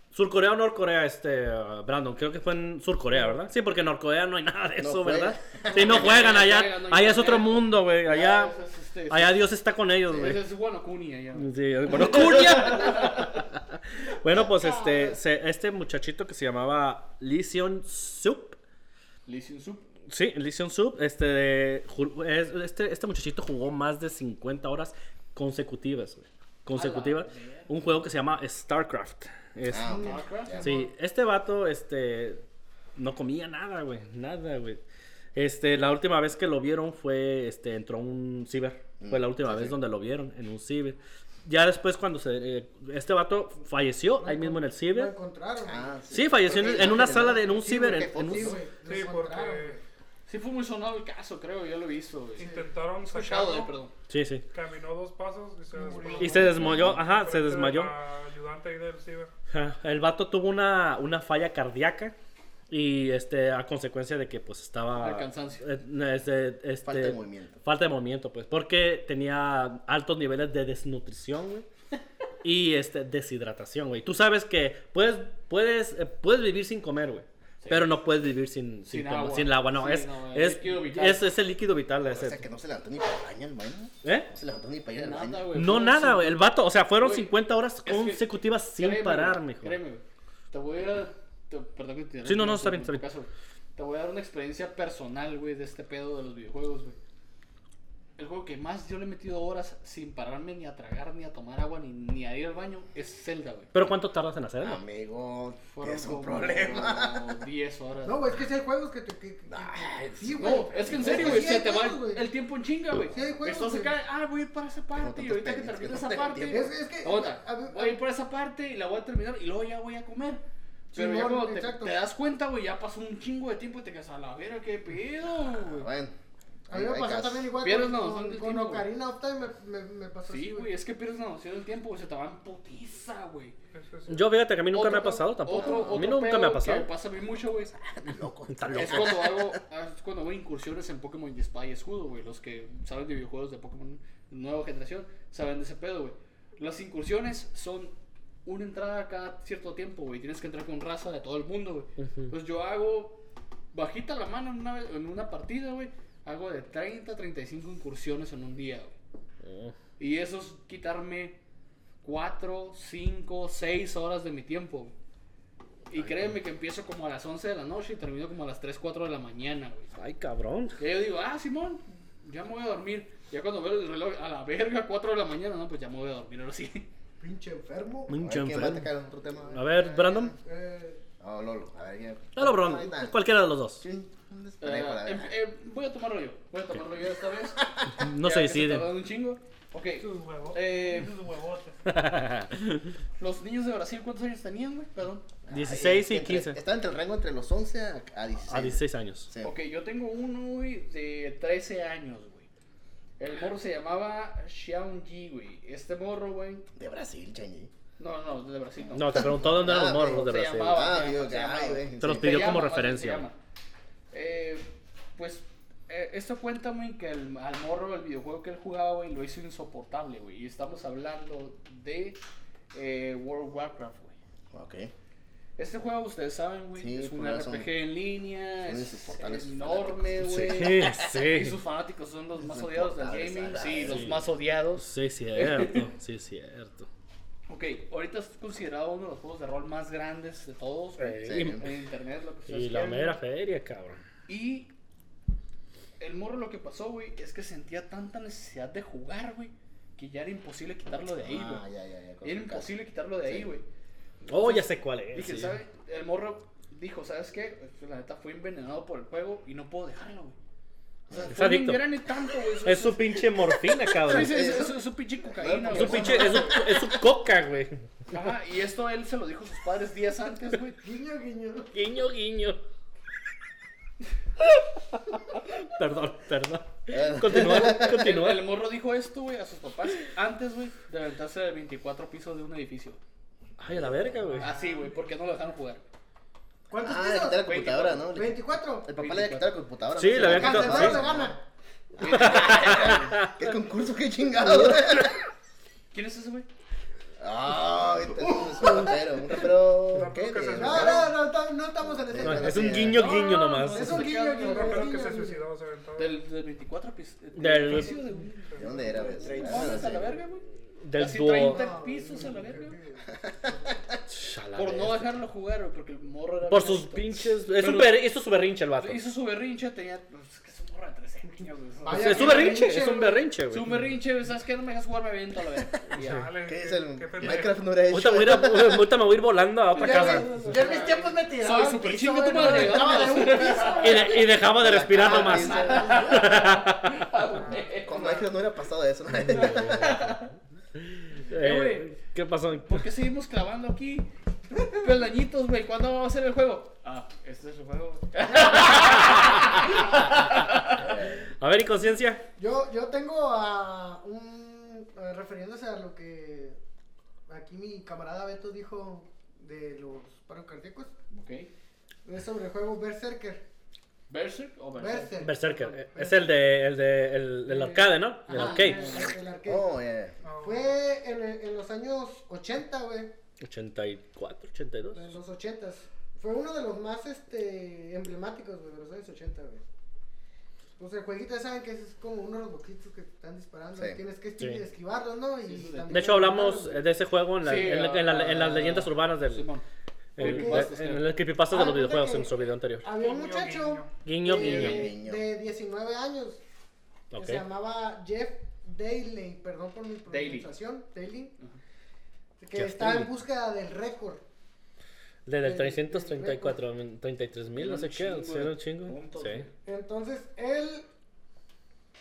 C: Surcorea o Norcorea, este, uh, Brandon, creo que fue en Surcorea, ¿verdad? Sí, porque en Norcorea no hay nada de
B: No
C: eso,
B: juega.
C: ¿verdad? Sí, no juegan
A: No
C: allá.
A: juegan, no hay
C: Allá es
A: torneo.
C: otro mundo, güey. Allá,
A: Ah, es- es- es-
C: allá Dios está con ellos,
A: es-
C: güey. Mm.
A: es Guanacuni allá.
C: Sí, bueno, curia. bueno, pues este, se- este muchachito que se llamaba Lee Seon Sup.
A: Listen Soup.
C: Sí, Lee Seon Sup, este, ju- es- este, este muchachito jugó más de 50 horas consecutivas, güey. Consecutivas. Un juego que se llama StarCraft. Es-
B: Ah, ok.
A: Starcraft.
B: Ya.
C: Sí, este vato, este, no comía nada, güey, nada, güey. Este, la última vez que lo vieron fue, este, entró a un ciber. Fue
B: Mm,
C: la última vez donde lo vieron, en un ciber. Ya después cuando se, eh, este vato falleció ahí mismo en el
D: Lo
C: ciber.
D: encontraron.
B: Ah,
C: Sí, falleció en, en una sala, de, en un
B: Sí,
C: ciber.
B: porque
C: en-
B: fue
C: en un-
D: Sí, güey. lo
E: Sí,
D: encontraron,
E: porque
A: Sí, fue muy sonado el caso, creo. Yo lo he visto, güey.
E: intentaron
A: Escuchado, eh,
E: sacarlo.
A: perdón.
C: sí, sí.
E: Caminó dos pasos y se desmayó.
C: Y se desmayó, ajá, se
E: Frente
C: desmayó.
E: de la Ayudante ahí del ciber.
C: Ajá, El vato tuvo una, una falla cardíaca y este a consecuencia de que pues estaba
A: El cansancio.
C: eh, este- este-
B: Falta de movimiento.
C: Falta de movimiento, pues, porque tenía altos niveles de desnutrición, güey. y este deshidratación, güey. Tú sabes que puedes puedes eh, puedes vivir sin comer, güey. Pero no puedes vivir sin, sin,
A: Sin
C: tomar-
A: agua.
C: sin el agua, no.
A: Sí,
C: es,
A: no, el
C: es,
A: líquido vital.
C: es- es el líquido vital.
B: O
C: ese.
B: sea, que no se levantó ni para el baño el baño.
C: ¿Eh?
B: No se levantó ni para ir al
A: Nada,
B: baño.
A: güey.
C: No,
A: Fue
C: nada,
A: sin-
C: güey. El vato, o sea, fueron
A: Güey,
C: 50 horas
A: es que-
C: consecutivas sin
A: Créeme,
C: parar,
A: güey,
C: mijo.
A: Créeme, güey. Te voy a. te- perdón que te
C: Sí, no, no,
A: interrumpa,
C: está bien,
A: en tu
C: está
A: caso, güey. Te voy a dar una experiencia personal, güey, de este pedo de los videojuegos, güey. El juego que más yo le he metido horas sin pararme ni a tragar, ni a tomar agua, ni, ni a ir al baño es Zelda, güey.
C: Pero ¿cuánto tardas en
A: Ah,
C: hacerlo?
B: Amigo,
A: Fueron
B: es un
A: como
B: problema.
A: 10 horas.
D: No, güey, es que si hay juegos que te. que- que-
B: Ay,
D: sí, güey.
A: No, es que en serio,
D: que
A: güey,
D: sí
A: se
D: hay
A: te va
D: juegos, güey.
A: el tiempo en chinga, güey.
D: Sí hay juegos,
A: Estás
D: güey.
A: acá, ah, voy a ir para esa parte,
B: tantos
A: y ahorita que
B: pendientes
A: termine
B: que
A: esa
B: no tengo
A: parte,
B: tiempo.
D: Es- es que-
A: aguanta,
D: a ver,
A: voy a ir por esa parte y la voy a terminar y luego ya voy a comer. Pero ya
D: Simón,
A: cuando te,
D: exacto.
A: te das cuenta, güey, ya pasó un chingo de tiempo y te quedas a la vera, qué pedo, güey.
D: Ah,
B: Bueno.
D: A mí me
B: hay
D: pasó
B: casos.
D: también igual
A: Pierdes
D: con,
A: la noción
D: con,
A: del
D: con
A: tiempo, güey.
D: Ocarina of Time me, me, me pasó así,
A: Sí, güey, es que pierdes la noción del tiempo, güey, se te va en putiza, güey.
E: Eso sí.
C: Yo fíjate que a mí nunca
A: Otro
C: me ha
A: pe-
C: pasado tampoco.
A: Otro,
C: a mí
A: otro
C: nunca
A: pedo
C: me ha
A: Que
C: pasado.
A: pasa a mí mucho, güey.
B: Loco.
C: Está
A: Es
C: loco.
A: cuando hago, ah, es cuando hago incursiones en Pokémon y Espada y Escudo, güey. Los que saben de videojuegos de Pokémon nueva generación saben de ese pedo, güey. Las incursiones son una entrada cada cierto tiempo, güey. Tienes que entrar con raza de todo el mundo, güey. Entonces yo hago bajita la mano en una, vez- en una partida, güey. Hago de 30 a 35 incursiones en un día, güey. Y eso es quitarme 4, 5, 6 horas de mi tiempo, güey. Y créeme que empiezo como a las 11 de la noche y termino como a las 3, 4 de la mañana, güey.
C: Ay, cabrón.
A: Y yo digo, ah, Simón, ya me voy a dormir. Ya cuando veo el reloj a la verga, 4 de la mañana, no, pues ya me voy a dormir ahora sí.
D: Pinche enfermo.
C: Pinche
B: Ay, ¿quién va a
C: enfermo.
B: atacar otro tema?
C: A ver, Brandon.
D: Eh,
B: No, Lolo. A ver, ya.
C: Claro,
B: No hay
C: Brandon.
B: nada.
C: Cualquiera de los dos.
B: Sí, un
A: Eh,
B: desparejo, la
A: em-
B: verdad.
A: eh, voy a tomarlo yo. Voy a tomarlo yo esta vez.
C: No
A: Ya
C: se
A: que
C: deciden.
A: tardaron un chingo. Ok.
E: Sus huevos.
A: Eh,
E: Sus huevotes.
A: los niños de Brasil, ¿cuántos años tenían, güey? Perdón.
B: Ay,
C: 16 y
B: entre-
C: 15.
B: Está entre el rango entre los 11 a, a 16.
C: A 16 años.
B: Sí.
A: Ok, yo tengo uno, güey, de 13 años, güey. El morro se llamaba Xiaon Ji, güey. Este morro, güey.
B: De Brasil, Changi.
A: No, no, de Brasil no.
C: No, te preguntó dónde eran los morros los de
A: Se
C: Brasil.
A: llamaba.
B: Ah,
A: se
B: digo,
A: se llamaba.
B: ay, güey.
C: Te los
B: Sí.
C: pidió como
A: más bien
C: referencia.
A: se llama. Eh, pues eh, esto cuenta, güey, que al, al morro, el videojuego que él jugaba, güey, lo hizo insoportable, güey. Y estamos hablando de eh, World of Warcraft, güey.
B: Ok.
A: Este juego, ustedes saben, güey,
B: Sí,
A: es un
B: por
A: RPG
B: razón.
A: en línea,
B: Son
A: es
B: insoportables sus
A: enorme,
B: fanáticos.
A: güey.
C: Sí,
A: Y
C: sí.
A: sus fanáticos son los más odiados del
B: Insoportables,
A: gaming.
B: a la
A: Sí,
B: vez.
A: los más odiados.
C: Sí, cierto. Sí, cierto.
A: Ok, ahorita es considerado uno de los juegos de rol más grandes de todos. güey.
B: Sí.
C: Y-
A: En internet, lo Pues que ustedes
C: Y la
A: quieran, güey.
C: mera feria, cabrón.
A: Y el morro lo que pasó, güey, es que sentía tanta necesidad de jugar, güey, que ya era imposible quitarlo de ahí, güey.
B: Ah, ya, ya, ya. con
A: era
B: su
A: imposible quitarlo de ahí,
B: Sí.
A: güey.
C: Oh, ya sé cuál es.
A: Dije,
C: sí.
A: ¿sabes? El morro dijo, ¿sabes qué? Pues, La neta fue envenenado por el juego y no puedo dejarlo, güey. O sea,
C: Es
A: fue
C: adicto.
A: engrane tanto, güey. Eso-
C: Es
A: eso-
C: su pinche morfina, cabrón.
A: sí, sí,
C: Es
A: es- es- es su pinche cocaína,
B: Es
A: güey.
C: su pinche, es su, es su coca, güey.
A: Ajá, y esto él se lo dijo a sus padres días antes, güey.
D: guiño, guiño.
C: Guiño, guiño. Perdón, perdón. Continúa,
A: El,
C: continúa.
A: el morro dijo esto, güey, a sus papás antes, güey, de aventarse de 24 pisos de un edificio.
C: Ay, a la verga, güey.
A: Así, güey, porque no lo dejaron jugar.
D: ¿Cuántos
B: Ah, le
D: pisos?
B: quité la computadora, ¿no? Le-
D: 24.
B: El papá le había quitado la computadora.
C: Sí,
B: ¿no? Ah,
C: le había
B: Se la
C: quitado-
B: gana,
D: Cancelado
C: sí.
D: se
B: se la
D: gana.
B: gana. ¿Qué concurso? ¿Qué chingado?
A: ¿Quién es ese, güey?
B: Ah, este es un rapero, un rapero. ¿Qué? Ah,
E: Tampoco
B: De-
E: se-
D: No, no, no, tam- no estamos en ese
C: No,
B: Bueno,
C: es
D: tema.
B: sí,
C: un guiño,
A: eh, no,
C: guiño
A: no,
C: nomás.
D: Es un guiño, guiño,
E: Un rapero que se
D: guiño.
E: suicidó, se aventó.
A: Del, del 24 pis, eh,
C: Del-
A: edificio de un-
B: ¿De dónde era? güey? Ah,
A: Vamos a la
B: sí.
A: verga, güey.
C: Del
A: Casi
C: dúo.
A: 30 pisos a la verga. güey.
C: Ch, a la
A: Por no
C: bestia.
A: dejarlo jugar, güey, porque el morro era.
C: Por
A: bien
C: sus
A: alto.
C: pinches. Es
A: Pero-
C: un berri- hizo su berrinche el vato.
A: Hizo su berrinche, tenía. pues, es que es un morro de 13 años, güey.
D: Vaya,
C: Es un
D: qué
C: berrinche, es un
D: güey.
C: berrinche,
A: Es
C: güey.
A: un berrinche, güey, ¿sabes qué? No me dejas jugar, me aviento a la verga. Y ya.
E: Chale,
B: ¿Qué es
E: qué-
B: el
E: qué pendejo.
B: Minecraft no era
C: Ahorita
B: hecho?
C: me voy a ir a- ahorita me voy a ir volando a otra
D: Ya,
C: casa.
D: güey, Yo en mis tiempos me tiraba.
A: Soy
D: al
A: súper
D: piso,
A: chingo,
D: güey,
A: tu madre,
D: no, me aventaba de un piso,
C: Y,
D: güey.
C: de- y dejaba de
A: Ah,
C: respirar nomás.
B: Con Minecraft no hubiera pasado eso. ¿no?
C: Eh, ¿Qué pasó?
A: ¿Por qué seguimos clavando aquí? Peldañitos, güey. ¿Cuándo va a ser el juego? Ah, este es el juego.
C: A ver, inconsciencia.
D: Yo, yo tengo a un. eh, refiriéndose a lo que aquí mi camarada Beto dijo de los paros cardíacos.
A: Ok.
D: Es sobre el juego Berserker.
A: ¿Berserk o Berserk?
D: Berserk.
C: Berserker. eh, Es el de, el de, el, el arcade, ¿no? El
A: Ah.
D: Ajá,
C: arcade.
D: el- el arcade.
B: Oh, yeah.
E: No.
D: Fue en, en los años 80, güey.
C: 84, 82.
D: En los 80 Fue uno de los más este, emblemáticos, güey, de los años 80, güey. Pues el jueguito, ya saben que es como uno de los boquitos que te están disparando.
B: Sí.
D: y Tienes que esqui-
C: Sí.
D: esquivarlos, ¿no? Y
A: Sí, eso es de-
D: también
C: De hecho, hablamos
D: esquivarlos,
C: de ese juego en, la-
A: Sí, ah,
C: en, la- en la- en las leyendas urbanas del.
A: Simón.
C: en-
A: Creepypastas,
C: en- en
A: creo. ah, eh,
C: los creepypastas de los
D: Ah,
C: videojuegos
D: que-
C: en nuestro video anterior.
D: güey. Había un
E: Guiño,
D: muchacho
C: Guiño,
D: de,
C: guiño.
B: guiño.
D: de 19 años.
C: Ok.
D: Que se llamaba Jeff Daly, perdón por mi pronunciación, Daly. Que
C: Jeff
D: estaba
C: Daly.
D: en búsqueda del récord.
C: Desde el
D: de-
C: 334, 33 mil,
A: Era
C: no
A: un
C: sé qué.
A: chingo
C: sí,
A: de
C: Era un chingo.
A: puntos,
C: Sí.
A: güey.
D: Entonces él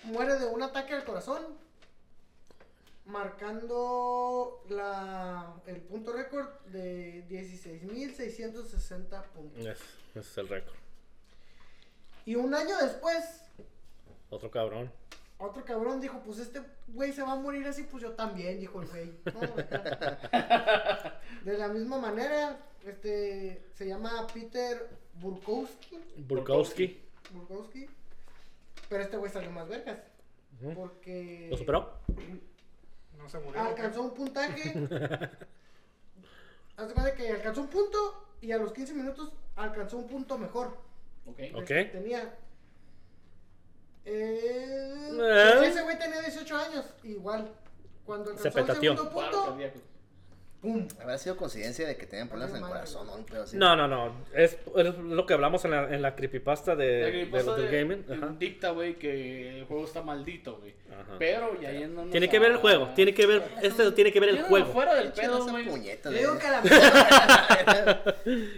D: muere de un ataque al corazón, marcando la, el punto récord de 16.660 puntos.
C: Es- Ese es el récord.
D: Y un año después,
C: Otro cabrón.
D: otro cabrón dijo: Pues este güey se va a morir así, pues yo también, dijo el güey. No, de la misma manera, este se llama Peter Burkowski.
C: Burkowski.
D: Burkowski. Pero este güey salió más vergas.
C: Ujú.
D: Porque.
C: ¿Lo superó?
E: No se murió.
D: Alcanzó un puntaje. Haz de cuenta que alcanzó un punto y a los 15 minutos alcanzó un punto mejor.
A: Ok.
D: del
C: Ok.
D: que Tenía. Eh,
C: Eh.
D: pues Ese güey tenía 18 años, igual. Cuando
C: Se
D: alcanzó el
C: petateó.
D: segundo
A: Paro
D: punto,
A: cardíaco.
D: ¡pum!
B: Habrá sido coincidencia de que tenían problemas en el
D: Madre.
B: corazón, ¿no? Un pedo así.
C: No, no, no. Es, es lo que hablamos en la, en la creepypasta de,
A: La
C: de,
A: creepypasta
C: del
A: de-
C: gaming. Ajá.
A: Dicta, güey, que el juego está maldito, güey.
C: Ajá.
A: Pero ya yéndonos
C: Tiene
A: a-
C: que ver el juego. Tiene que ver. Este tiene que ver el
A: Yéndonos
C: juego.
A: fuera del
B: Pinche
A: pedo,
B: raza
A: güey.
B: puñeta,
D: Le
B: güey.
D: digo que a la mierda.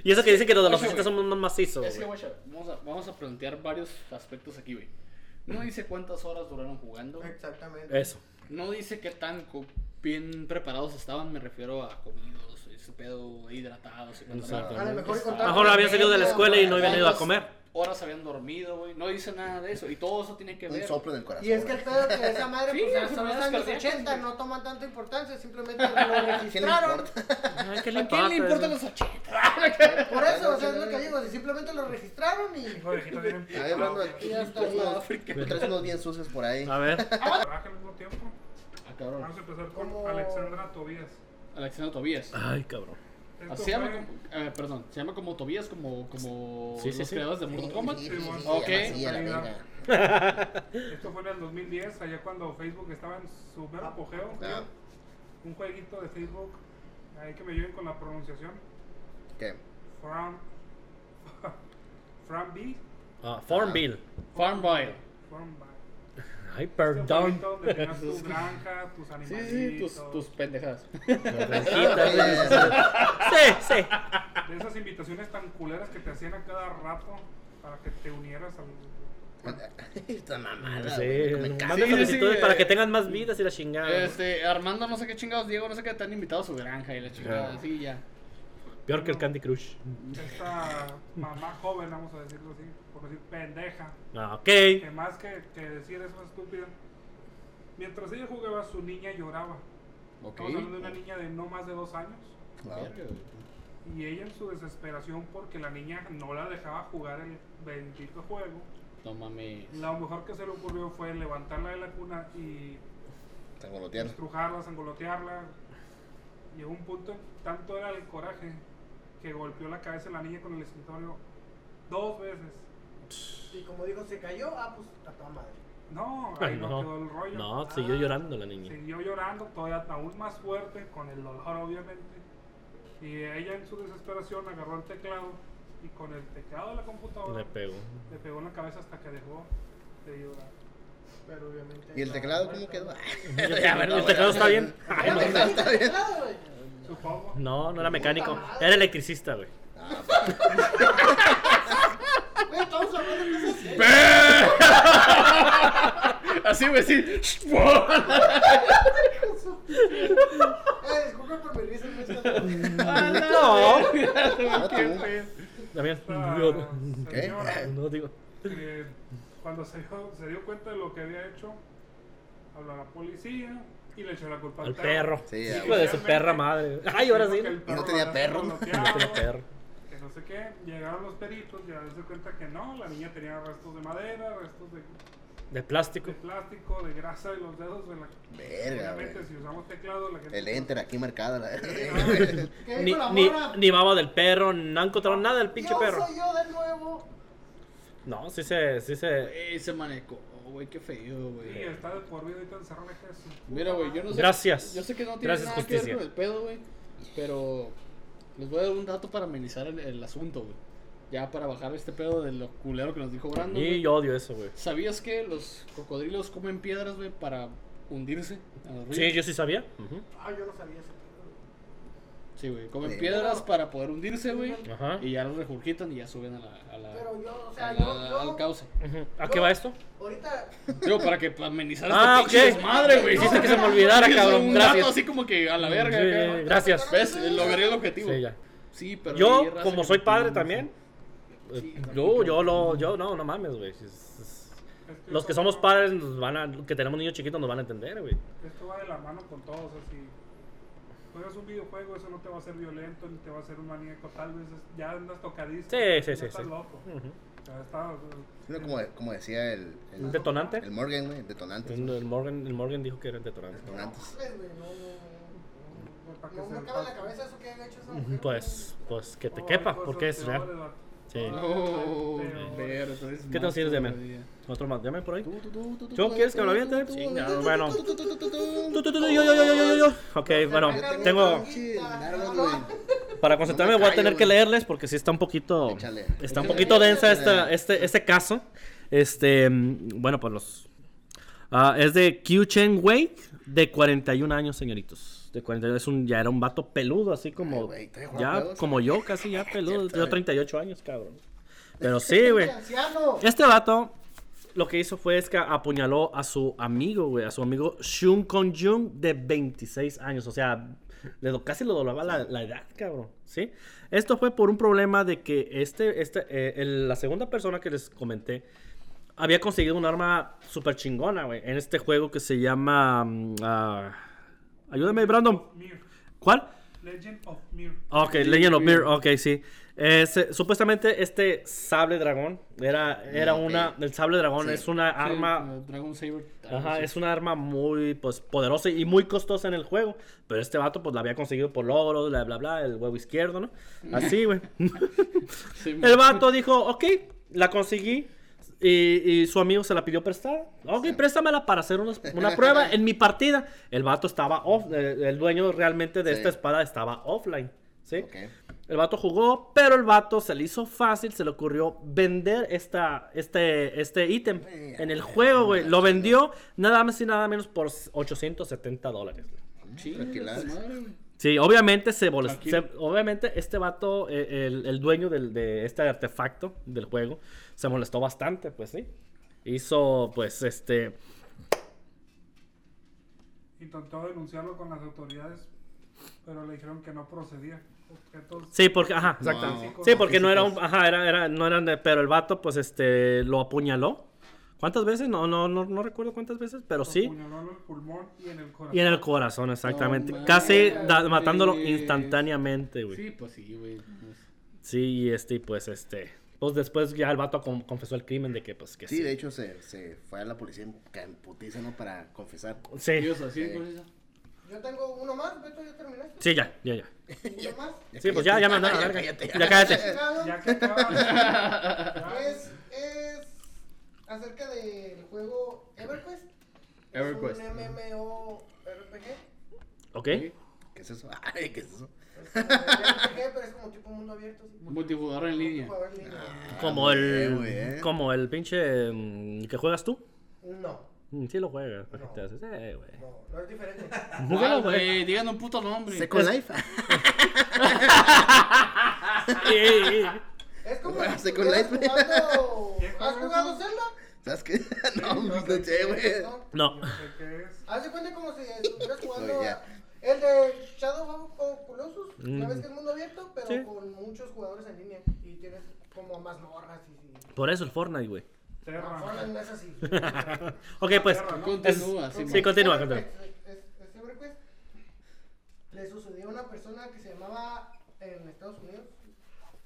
C: Y eso que dicen que los de los
A: Oye,
C: 80
A: güey.
C: son más macizos.
A: Es que,
C: güey.
A: guacha, vamos a, vamos a plantear varios aspectos aquí, güey. No dice cuántas horas duraron jugando.
D: Exactamente.
C: Eso.
A: No dice qué tan co- bien preparados estaban, me refiero a comidos, ese pedo, hidratados. y cuántas
C: Exacto.
D: A lo mejor y contar
C: A lo mejor
D: con
C: habían salido de la
A: Ah,
D: media,
C: escuela y no
D: güey.
C: habían ido a comer.
A: Horas habían dormido, güey. No dice nada de eso. Y todo eso tiene que
B: Un
A: ver.
B: soplo en el corazón.
D: Y es que el pedo que esa madre,
A: Sí,
D: pues,
A: las
D: son los años
A: enfermedades
D: 80,
A: cardíacas,
D: no toman tanta importancia, simplemente lo registraron.
C: Ay, ¿qué
A: ¿A quién le importan los 80?
D: Por eso, o sea, es lo que digo, si simplemente lo registraron y...
E: Hijo de hijito, tienen
B: A ver,
E: picado,
B: Brando,
E: güey.
B: aquí
D: Ya está,
B: traes
D: ya.
B: unos- tú traes unos bien sucios por ahí.
C: A ver.
E: Trabaja al mismo tiempo.
A: Ah, cabrón.
E: Vamos a empezar con
D: Como-
E: Alexandra Tobías.
A: Alexander Tobías.
C: Ay, cabrón.
E: Esto
A: Así se llama,
E: fue-
A: como- eh, perdón, se llama como Tobías, como, como
C: Sí, sí,
A: los
C: sí.
A: creadores de Mortal Kombat.
B: Sí, sí, sí, sí,
A: Ok.
B: así, a la verga.
E: Esto fue en el 2010, allá cuando Facebook estaba en su mero apogeo.
B: Ah,
E: Un jueguito de Facebook, ahí que me ayuden con la pronunciación.
B: ¿Qué?
E: From, from B,
C: Ah, Farmville.
A: Farmville.
E: from B.
C: Ay,
E: Este
C: perdón.
E: jueguito donde tenías tu granja, tus
A: Sí, sí, sí, tus,
E: animalitos.
A: tus pendejadas.
C: Sí, sí.
E: De esas invitaciones tan culeras que te hacían a cada rato para que te unieras al...
B: Esta mamada,
C: Sí,
B: güey, me cago.
C: manden
A: sí,
C: solicitudes
A: sí,
C: para
A: eh.
C: que tengan más vidas y la chingada.
A: Este, Armando, no sé qué chingados, Diego, no sé qué, están invitados a su granja y la chingada,
C: Ya.
A: sí, ya.
C: Peor que el Candy Crush.
E: Esta mamá joven, vamos a decirlo así, por decir pendeja.
C: Ah, ok.
E: que más que, que decir eso estúpida. Mientras ella jugaba, su niña lloraba.
A: Ok.
E: Estamos hablando de una niña de no más de dos años.
B: Wow.
E: Y ella en su desesperación porque la niña no la dejaba jugar el bendito juego,
A: No mames.
E: lo mejor que se le ocurrió fue levantarla de la cuna y
B: Te golotearon.
E: estrujarla, sangolotearla, Llegó un punto, en- tanto era el coraje, que golpeó la cabeza de la niña con el escritorio dos veces.
D: Y como dijo, se cayó, ah, pues a toda madre.
E: No, ahí
C: Ay,
E: no. quedó el
C: no,
E: rollo.
C: no, siguió llorando la niña.
E: Siguió llorando, todavía aún más fuerte, con el dolor obviamente. Y ella en su desesperación agarró el teclado y con el teclado de la computadora
C: Le pegó.
E: le pegó en la cabeza hasta que dejó de llorar.
D: Pero obviamente.
B: ¿Y el
D: no,
B: teclado
D: no,
B: cómo
D: no.
B: quedó?
C: Ya, bueno, el teclado está bien.
D: Ah, no,
B: El teclado
D: está
B: está
D: bien.
B: bien.
D: Teclado, güey.
E: Supongo.
C: No, no era mecánico, era electricista, güey.
D: Güey, estamos hablando de cosas serias.
A: Así, güey, sí.
D: Eh, disculpen por mi risa, güey, está-
C: No,
B: No, Ah, tú.
C: También.
E: Ah,
B: ¿Qué?
E: señora,
C: No digo.
E: eh, cuando se dio, se dio cuenta de lo que había hecho, habló a la policía y le echó la culpa al,
C: Al perro.
B: Sí, ya,
C: Hijo de su
E: güey.
C: perra madre. Ay, ahora sí.
E: Diciendo que el
B: No tenía
E: había sido
B: perro.
E: manoseado,
C: No tenía perro.
E: Que no sé qué. Llegaron los peritos y se cuenta que no, la niña tenía restos de madera, restos de,
C: De plástico.
E: de plástico, de grasa de los dedos. De la...
B: Verga,
E: Obviamente,
B: güey.
E: si usamos teclado, la gente.
B: El enter aquí marcado. la-
D: ¿Qué
C: Ni,
D: dijo la
C: ni,
D: morra?
C: ni baba del perro, no encontraron nada del pinche
D: Yo
C: perro.
D: soy yo de nuevo.
C: No, sí se, sí se.
A: Ese maneco, oh, güey, qué feo,
E: Sí,
A: güey.
E: está de por vida ahorita encerrado en Jesús.
A: Mira, güey, yo no sé.
C: Gracias.
A: Yo sé que no tiene
C: Gracias,
A: nada que
C: justicia.
A: ver con el pedo, güey. Pero les voy a dar un dato para amenizar el, el asunto, güey. Ya para bajar este pedo de lo culero que nos dijo Brandon.
C: Y
A: güey.
C: yo odio eso, güey.
A: ¿Sabías que los cocodrilos comen piedras, güey, para hundirse? a los
C: Sí,
A: ríos?
C: yo sí sabía. Ujú.
D: Ah, yo no sabía eso. güey.
A: Sí, güey, comen
B: Sí.
A: piedras para poder hundirse, güey.
C: Ajá.
A: Y ya los regurgitan y ya suben a la, a la-
D: Pero yo, o
A: a
D: sea,
A: la-
D: yo. yo-
A: al cauce.
C: Ujú. ¿A qué va esto?
D: Ahorita.
A: Digo, para que para amenizar
C: Ah,
A: este pinche
C: ok.
A: desmadre, güey.
C: Hiciste que se me
A: Era
C: olvidara, cabrón.
A: un dato
C: Gracias.
A: así como que a la verga.
C: Sí,
A: acá, ¿no?
C: gracias.
A: ¿Ves? Eh, Logré el objetivo.
C: Sí, ya.
A: Sí, pero hay
C: Yo,
A: raza
C: como
A: que
C: soy
A: no
C: padre
A: tiene-
C: también,
A: Sí,
C: eh,
A: está
C: yo,
A: complicado.
C: yo, lo, yo, no, no mames, güey. Es- es-
E: Es que
C: Los que
E: esto
C: somos
E: va-
C: padres, nos van a, que tenemos niños chiquitos, nos van a entender, güey.
E: Esto va de la mano con todos. O sea, si juegas un videojuego, eso no te va a hacer violento ni te va a hacer un maníaco. Tal vez es- ya andas tocadísimo.
C: Sí, sí,
E: ya
C: sí,
E: Estás
C: sí. Mm.
E: loco.
C: Ujú.
E: O sea, está-
B: Sino como, como decía el,
C: ¿Un
B: el,
C: detonante? Mm.
B: el Morgan, güey, el detonante.
C: El, el Morgan, el Morgan dijo que era el detonante.
B: Detonantes.
D: Pues, güey, no, no, no.
E: Para que
D: No
E: se
D: me cabe en
E: empate.
D: la cabeza eso que ha hecho esa
C: Ujú,
D: mujer.
C: Pues, pues que te
E: Oh,
C: quepa,
E: cosas
C: porque es
E: peores,
C: real.
E: vato.
C: Sí.
A: Oh,
E: Peor.
A: pero tú eres
C: ¿Qué
A: más
C: tenemos que ir de men?
A: todavía.
C: Otro más, llame por ahí.
B: Tú, tú, tú, tú, tú,
C: ¿Tú
B: tú,
C: quieres
B: tú,
C: que lo
B: tú,
C: aviente?
B: tú,
C: Chinga,
B: tú, tú,
C: bueno.
B: tú, tú, tú, tú, tú.
C: Tú, tú, tú, tú, yo, yo, yo, yo, yo, yo, yo. Ok, bueno,
D: Déjame
C: tengo.
D: tranquila,
B: Largo,
D: no,
B: güey.
C: Para concentrarme,
B: No me
C: voy a
B: callo,
C: tener que
B: güey.
C: leerles porque sí está un poquito.
B: Échale.
C: Está un
B: Échale.
C: poquito densa esta,
B: Échale.
C: este, este caso. Este. mm, Bueno, pues los. Ah, es de Q Chen Wei, de 41 años, señoritos. De 41, es un, ya era un vato peludo, así como.
B: Ay, güey, ¿todavía juega
C: ya,
B: juegos?
C: como yo, casi ya peludo.
B: Cierto,
C: Yo
B: güey.
C: 38 años, cabrón. Pero sí, güey.
D: Anciano.
C: Este vato lo que hizo fue es que apuñaló a su amigo, güey, a su amigo Shun Kong Jung de 26 años. O sea, le do- casi le doblaba la, la edad, cabrón. ¿Sí? Esto fue por un problema de que este, este, eh, el- la segunda persona que les comenté había conseguido un arma súper chingona, güey, en este juego que se llama. mm, ah, ayúdame, Brandon.
E: Mir.
C: ¿Cuál?
E: Legend of Mir.
C: Ok, Legend of Beer, ok, sí. Eh, se- supuestamente este sable dragón era, era
B: Mm, ok.
C: una. El sable dragón
B: Sí.
C: es una
A: Sí,
C: arma.
A: como Dragon Saber.
C: Ajá, es una arma muy pues, poderosa y muy costosa en el juego. Pero este vato, pues la había conseguido por logros, bla, bla, bla, el huevo izquierdo, ¿no?
B: Mm.
C: Así, güey.
A: Sí,
C: El vato dijo, ok, la conseguí. Y, y su amigo se la pidió prestada. Ok, préstamela para hacer unas- una prueba en mi partida. El vato estaba off. El, el dueño realmente de
B: Sí.
C: esta espada estaba offline. ¿sí?
B: Ok.
C: El vato jugó, pero el vato se le hizo fácil, se le ocurrió vender esta, este, este ítem en el juego, güey. Lo vendió nada más y nada menos por 870 dólares. güey.
B: Tranquila.
C: Sí, obviamente se, molest-
A: Tranquilo.
C: se- obviamente este vato, eh, el, el dueño del- de este artefacto del juego, se molestó bastante, pues sí. Hizo, pues, este,
E: Intentó denunciarlo con las autoridades, pero le dijeron que no procedía. Objetos
C: Sí, porque, ajá, exactamente. sí, porque no era un, ajá, era, era, no eran, de- pero el vato, pues, este, lo apuñaló. ¿Cuántas veces? No, no, no, no recuerdo cuántas veces, pero
E: lo
C: pues sí.
E: apuñaló en el pulmón y en el corazón.
C: Y en el corazón, exactamente.
A: No
C: Casi
A: mames.
C: da- matándolo instantáneamente, güey. Sí.
A: Sí, pues sí, güey. pues.
C: y este, pues, este, pues después ya el vato con- confesó el crimen de que, pues, que sí.
B: Sí, de hecho se, se fue a la policía en, en putiza, ¿no? Para confesar.
C: Sí.
A: pues, Dios, así de cosas.
D: Yo tengo uno más, Beto, ¿ya terminaste?
C: Sí, ya, ya, ya.
D: Uno más.
C: Sí, pues ya, ya me mandaron a la verga. Ya cállate.
D: Chingado.
E: Ya que acaba.
D: Es, es acerca del juego EverQuest.
B: EverQuest,
D: Es un MMORPG.
C: ¿Ok?
B: ¿Qué es eso? Ay, ¿qué es eso?
D: Es un RPG, pero es como tipo mundo abierto. así.
A: Multijugador en línea.
D: Tipo haber línea.
C: Como
B: Ah, güey,
C: el.
B: güey.
C: Como el pinche. mm, ¿Que juegas tú?
D: No,
C: Mm, Sí lo juegas. ¿para qué
D: No.
C: te haces? Eh, güey.
D: no, no es diferente.
A: Ah,
C: Júgalo, güey.
A: güey, digan un puto nombre.
B: Second Life.
C: Ey, ey.
D: Es como
B: Bueno,
D: si
B: sé con la
D: estuvieras
B: IP.
D: jugando...
E: ¿Qué
D: ¿Has
E: juego
D: jugado
E: es
D: Zelda?
B: ¿Sabes qué? No, no sé,
C: Eh.
B: güey.
D: No.
C: No.
E: Yo sé qué es.
D: Haz de cuenta como si estuvieras jugando
B: Oye, ya.
D: a- el de Shadow of Colossus,
C: Mm.
D: ya ves que es mundo abierto, pero
C: Sí.
D: con muchos jugadores en línea y tienes como mazmorras y... y...
C: Por eso el Fortnite, güey.
B: Pues,
D: Ah,
E: Terra.
D: Fortnite no es así.
C: Ok, pues.
E: Terra, ¿no?
A: Continúa,
C: Es-
A: Simón.
C: sí, continúa,
D: Es-
C: continúa.
D: es- es- es EverQuest. Le sucedió a una persona que se llamaba en Estados Unidos,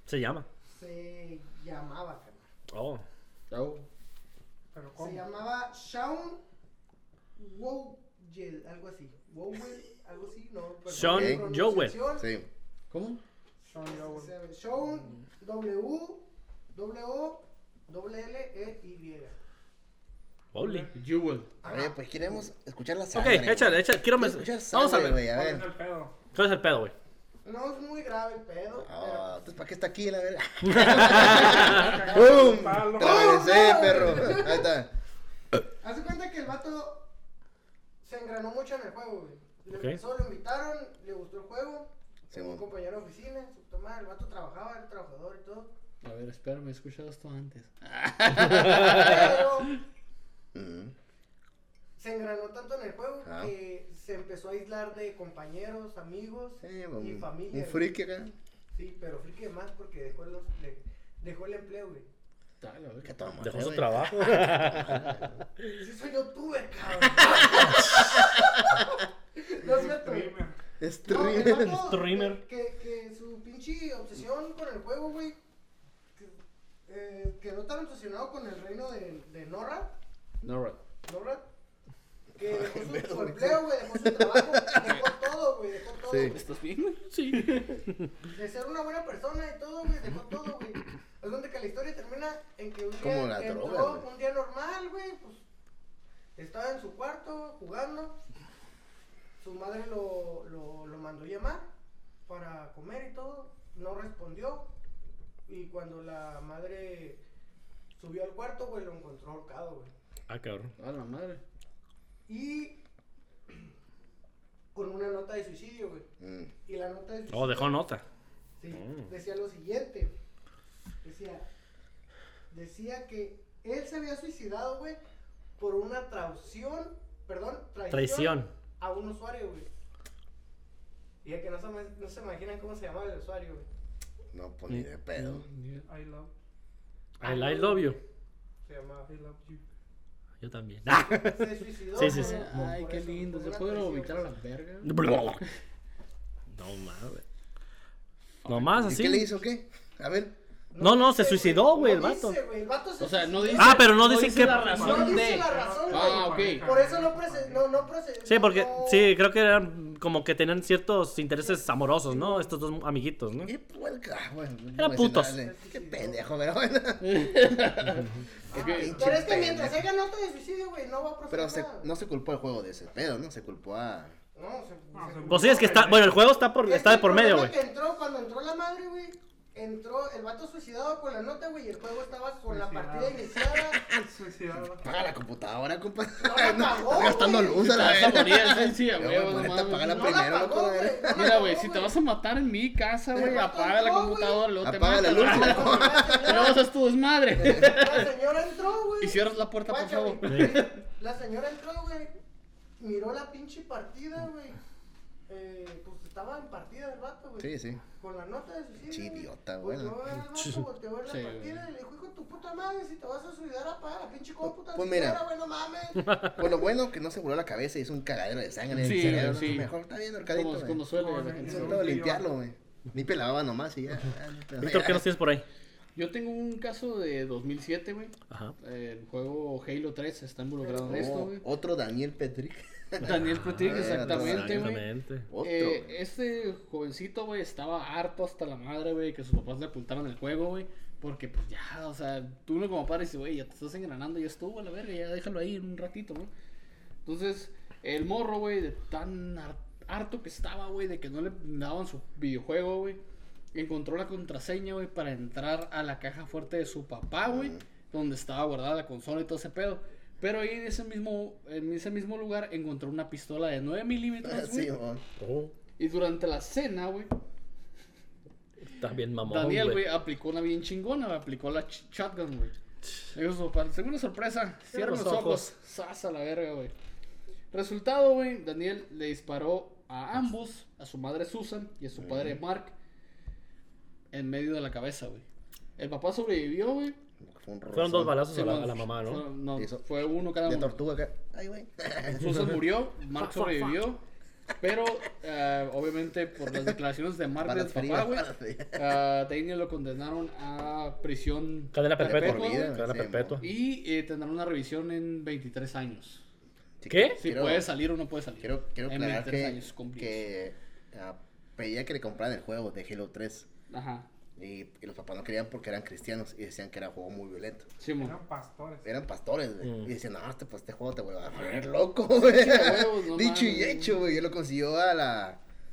C: Se llama.
D: se llamaba, carnal.
C: Oh.
B: Oh.
E: Pero
D: Se
B: pues,
E: ¿cómo?
D: llamaba Shaun Wowell, algo así. Wowell, algo así, no. perdón,
C: Shaun
D: mi
C: Jowell.
D: pronunciación.
B: Sí. ¿Cómo?
E: Sean Yowell.
D: Se- Shaun W W L E Y.
C: Holy.
A: Jewel.
B: A ver, pues queremos escuchar la
C: Ok,
B: sangre.
C: échale, échale. Quiero mes-
B: Escuchar
C: Vamos a
B: sangre,
C: ver.
B: güey, a
E: ¿Cuál es
B: ver.
E: el pedo?
C: ¿Cuál es el pedo, güey?
D: No es muy grave el pedo.
B: Ah,
D: pero-
B: entonces, ¿para qué está aquí, la verga?
E: Cagaste un palo.
B: Te regresé, perro. Ahí está.
D: Haz de cuenta que el vato se engranó mucho en el juego, güey. Le
C: Ok.
D: empezó, lo invitaron, le gustó el juego. Tenía un
B: Simón.
D: compañero de oficina, su toma, el vato trabajaba, era trabajador y todo.
A: A ver, espérame, he escuchado esto antes.
D: Pero
B: Mm.
D: se engranó tanto en el juego
B: Ah.
D: que se empezó a aislar de compañeros, amigos
B: Sí,
D: y
B: un,
D: familia.
B: un
D: güey.
B: friki acá.
D: Sí, pero friki de más porque dejó, los, le- dejó el empleo, güey.
A: Dale, a ver.
B: Que toma,
C: Dejó su
B: güey.
C: trabajo.
D: Sí soy youtuber, cabrón. no
B: Pues,
D: es cierto. güey.
E: Streamer.
D: No, el
B: Streamer.
D: vato,
C: Streamer.
D: Que, que su pinche obsesión con el juego, güey. que- eh, quedó tan obsesionado con el reino de, de Norra.
A: No, right.
D: Norra. Que dejó su, su empleo, güey, dejó su trabajo, dejó todo, güey, dejó todo.
B: Sí.
D: güey.
A: ¿Estás bien, güey?
D: De ser una buena persona y todo, güey, dejó todo, güey. Es donde que la historia termina en que un día
B: Como la
D: entró,
B: droga, güey.
D: un día normal, güey, pues estaba en su cuarto jugando. Su madre lo, lo, lo mandó llamar para comer y todo. No respondió. Y cuando la madre subió al cuarto, güey, lo encontró ahorcado, güey.
C: Ah, cabrón.
A: A la madre.
D: Y con una nota de suicidio, güey.
B: Mm.
D: Y la nota de suicidio.
C: Oh, dejó nota.
D: Sí,
C: Mm.
D: decía lo siguiente. Decía, decía que él se había suicidado, güey, por una traición, perdón, traición,
C: Traición.
D: a un usuario, güey. Y es que no se, ma- no se imaginan cómo se llamaba el usuario, güey.
B: No, pues ni de pedo.
E: I love,
C: I, I love you.
D: Se llamaba.
E: I love you.
C: Yo también. Ah.
D: Se suicidó.
C: Sí, sí,
D: por-
C: sí.
D: por-
A: Ay,
D: por
A: qué
D: eso,
A: lindo.
D: por
A: ¿Se
D: una
A: puede
D: traición.
A: vomitar a la verga?
C: No mames. Nomás
B: ¿Y
C: así.
B: qué le hizo qué? A ver.
C: No, no, se
D: dice,
C: suicidó, güey, el vato.
D: dice, güey, el vato se
A: O sea, no dice.
D: suicidó.
C: Ah, pero no dicen
A: dice
C: que-
A: la
D: No
A: razón
D: dice
A: de.
D: la razón, güey.
A: Ah, ok.
D: Por eso no procedió. No, no procedió.
C: Sí, porque
D: no-
C: sí, creo que eran como que tenían ciertos intereses amorosos, ¿no? Estos dos amiguitos, ¿no?
B: ¿Qué puerca? Ah, Bueno, no
C: Eran
B: voy a decir
C: putos.
B: nada, sí. Qué pendejo, pero bueno. Qué
D: Pero es que
B: pinche
D: mientras
B: pendejo.
D: haya nota de suicidio, güey, no va a proceder.
B: Pero se-
D: nada.
B: no se culpó el juego de ese pedo, ¿no? Se culpó a.
D: No, se,
E: No, se-
C: Pues sí, es que está. Bueno, el juego está por,
A: Pues,
D: Es que
C: está de
D: el
C: por medio,
D: problema
C: güey.
D: que entró, cuando entró la madre, güey, entró el vato suicidado con la nota, güey, y el juego estaba con la
E: Suicidado.
D: partida iniciada.
E: Ah, Suicidado.
B: Paga la computadora, compa.
D: No la pagó,
B: Está gastando
D: güey.
B: luz a la
A: Vas a
B: verga.
A: morir, sí, sí, a
B: Ya,
A: huevo,
B: güey,
A: no
B: ponerte a
A: mames.
B: pagar la
D: No
B: primera,
D: la
B: loco,
D: pagó,
B: la
D: güey.
B: verga.
D: no la
A: Mira,
D: pagó,
A: güey, si te vas a matar en mi casa, güey,
D: Pero
A: apaga la
D: no,
A: computadora, luego te
B: Apaga la
A: matas.
B: luz,
A: güey. Y luego haces tu desmadre.
D: La señora entró, güey.
A: Y cierras la puerta, por
D: Guacha,
A: favor.
D: güey. La señora entró, güey. Miró la pinche partida, güey. Eh, pues estaba en partida el vato, güey.
B: Sí, sí.
D: Con la nota de suicidio.
B: Sí,
D: güey.
B: idiota, güey.
D: Volteó a ver al vato, volteó a ver
A: Sí,
D: la partida
A: güey.
D: y le dijo, hijo de tu puta madre, si te vas a suicidar, apaga la pinche cómputa.
B: Pues mira.
D: señora, güey, no mames.
B: Pues lo bueno que no se voló la cabeza y hizo un cagadero de sangre en
A: Sí,
B: el cerebro.
A: sí.
B: Mejor está bien, ahorcadito.
A: Como,
B: güey.
A: como suele
E: No,
A: la
E: no,
A: gente.
B: Sobre
E: no.
B: todo limpiarlo, güey. Ni pelaba nomás y ya. Ah,
C: Víctor, ¿qué nos tienes por ahí?
A: Yo tengo un caso de 2007, güey.
C: Ajá.
A: El juego Halo 3 está involucrado en esto,
B: Oh,
A: güey.
B: otro Daniel Petrick.
A: Daniel Petrick,
B: Ah,
A: exactamente, güey.
C: Exactamente.
B: Otro.
A: Eh,
B: güey.
A: este jovencito, güey, estaba harto hasta la madre, güey, que sus papás le apuntaron el juego, güey. Porque, pues ya, o sea, tú uno como padre dice, güey, ya te estás engranando, ya estuvo a la verga, ya déjalo ahí un ratito, ¿no? Entonces, el morro, güey, de tan har- harto que estaba, güey, de que no le daban su videojuego, güey, encontró la contraseña, güey, para entrar a la caja fuerte de su papá, güey, donde estaba guardada la consola y todo ese pedo. Pero ahí en ese mismo, en ese mismo lugar encontró una pistola de 9 milímetros, güey.
B: Ah, Sí, mon.
C: Oh,
A: Y durante la cena, güey,
C: está bien mamón,
A: Daniel,
C: güey.
A: güey, aplicó una bien chingona, güey, aplicó la ch- shotgun, güey. Le dijo a su papá, según una sorpresa, cierra los
C: los
A: ojos,
C: ojos.
A: sas a la verga, güey. Resultado, güey, Daniel le disparó a ambos, a su madre Susan y a su padre Mark, en medio de la cabeza, güey. El papá sobrevivió, güey.
B: Fue un
C: Fueron dos
B: rozón.
C: balazos a la,
A: Simón,
C: a la mamá, ¿no?
A: fue- no,
B: Eso-
A: fue uno cada
B: De
A: uno.
B: tortuga acá. Ay, güey.
A: Susan murió, Mark
C: Fuck, fuck,
A: sobrevivió, pero eh, obviamente por las declaraciones de Mark del
B: Balas
A: papá,
B: frías.
A: güey,
B: balas frías.
A: a Daniel lo condenaron a prisión
C: Cadena perpetua.
A: Por vida,
C: Cadena
B: sí,
C: perpetua.
A: y eh, tendrán una revisión en 23 años.
B: Sí,
C: ¿Qué?
A: Si
B: quiero-
A: puede salir o no puede salir.
B: Quiero, quiero
A: en
B: aclarar
A: 23
B: que,
A: años cumplidos.
B: que ah, pedía que le compraran el juego de Halo 3.
A: Ajá.
B: Y, y los papás no querían porque eran cristianos y decían que era un juego muy violento.
A: Simón.
E: Eran pastores.
B: Eran pastores, güey.
C: Mm.
B: Y decían, no, este, pues, este juego te voy a poner loco, güey.
A: huevos, no
B: Dicho y
A: mames.
B: hecho, güey. Y él lo consiguió a la,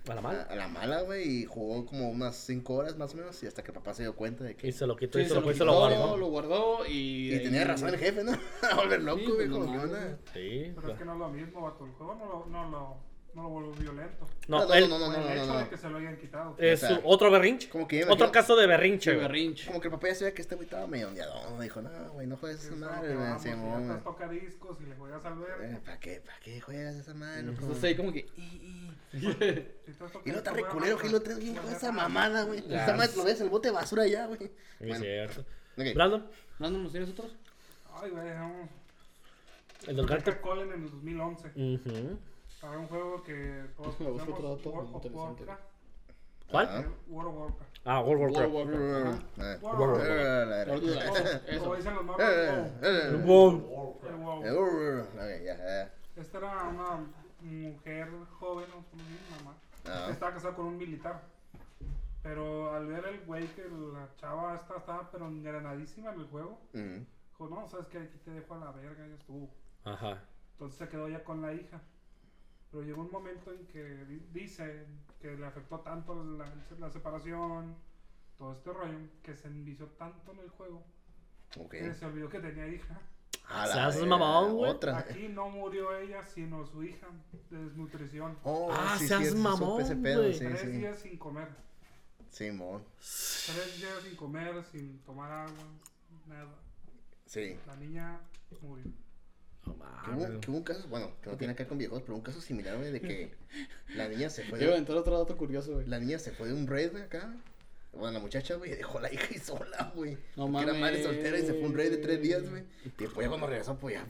C: A la
B: a,
C: mala.
B: a la mala, güey. Y jugó como unas 5 horas más o menos. Y hasta que el papá se dio cuenta de que.
C: Y se lo quitó
A: Sí,
C: y se lo,
A: quitó,
C: puso, lo guardó.
A: lo guardó y.
B: Y tenía razón el jefe, ¿no? A volver loco,
A: Sí,
B: güey.
A: pues, no
B: como que
A: mames.
B: una-
C: Sí.
E: Pero es que no es lo mismo, vato. El juego no lo, no lo, no lo volvió violento.
C: No,
B: No, no,
C: él-
B: no, no,
E: Fue
B: no,
E: el
B: no,
E: hecho
B: no,
E: de
B: no.
E: que se lo hayan quitado.
C: es
B: o sea,
C: su- otro berrinche.
B: como que yo me
C: Otro
B: imagino-
C: caso de berrinche,
A: Che,
C: güey.
A: berrinche.
B: Como que el papá ya sabía que este güey estaba medio ondeadón. Dijo, no, güey, no juegues a esa madre, güey. Sí, güey.
E: toca discos y le juegas al ver.
B: Eh, ¿Para qué? ¿Para qué juegas a esa madre, loco?
A: Entonces ahí como que.
B: Y no está reculero, Halo 3,
E: Pues,
B: bien con esa mamada, güey.
C: Ya.
B: Esa madre lo ves en el bote de basura ya, güey.
C: Sí,
B: Bueno,
C: cierto.
B: ok.
C: Brandon,
A: ¿Brandon, nos tienes otros?
E: Ay, güey, dejamos.
C: el del cártel.
E: Colin en el 2011.
C: Ujú.
E: Para un juego que todos
A: Déjame buscar otro dato
E: World of
A: interesante.
E: Warcraft.
C: ¿Cuál?
B: Ajá.
E: World of Warcraft.
C: Ah, World of Warcraft.
A: World of Warcraft. Ajá.
B: Ah.
E: World
C: World
E: of
C: of
E: Warcraft.
A: Por duda, eso.
E: Como dicen los
B: Eh, eh,
E: mapas,
B: eh, eh.
C: Wow.
E: el WoW.
B: Eh, uh, ok, ya, ya.
E: Esta era una mujer joven, no sé bien, mamá.
B: Ah.
E: que Estaba casada con un militar. Pero al ver el güey que la chava esta estaba pero engranadísima en el juego,
B: Mm.
E: dijo, no, sabes que aquí te dejo a la verga, ya estuvo.
C: Ajá.
E: Entonces se quedó ya con la hija. Pero llegó un momento en que di- dice que le afectó tanto la, la separación, todo este rollo, que se envició tanto en el juego
B: Ok.
E: que se olvidó que tenía hija.
B: A la
C: Seas
B: verga,
C: mamón, güey.
B: Otra.
E: Aquí no murió ella, sino su hija de desnutrición.
B: Oh,
C: Ah,
B: sí,
C: seas
B: cierto, supe
C: mamón,
B: ese pedo,
C: güey.
B: Sí,
E: Tres
B: sí.
E: días sin comer.
B: Simón.
E: Tres días sin comer, sin tomar agua, nada.
B: Sí.
E: La niña murió.
C: No
B: Que
C: mames.
B: hubo, que hubo un caso, bueno, que no tiene que ver con viejos, pero un caso similar, güey, de que la niña se fue.
A: Te iba a aventar otro dato curioso, güey.
B: pues La niña se fue de un raid, güey, acá. Bueno, la muchacha, güey, dejó a la hija y sola, güey.
A: No
B: Porque Era madre
A: mames.
B: soltera y se fue a un raid de tres días, güey. Y después ya cuando regresó, pues ya.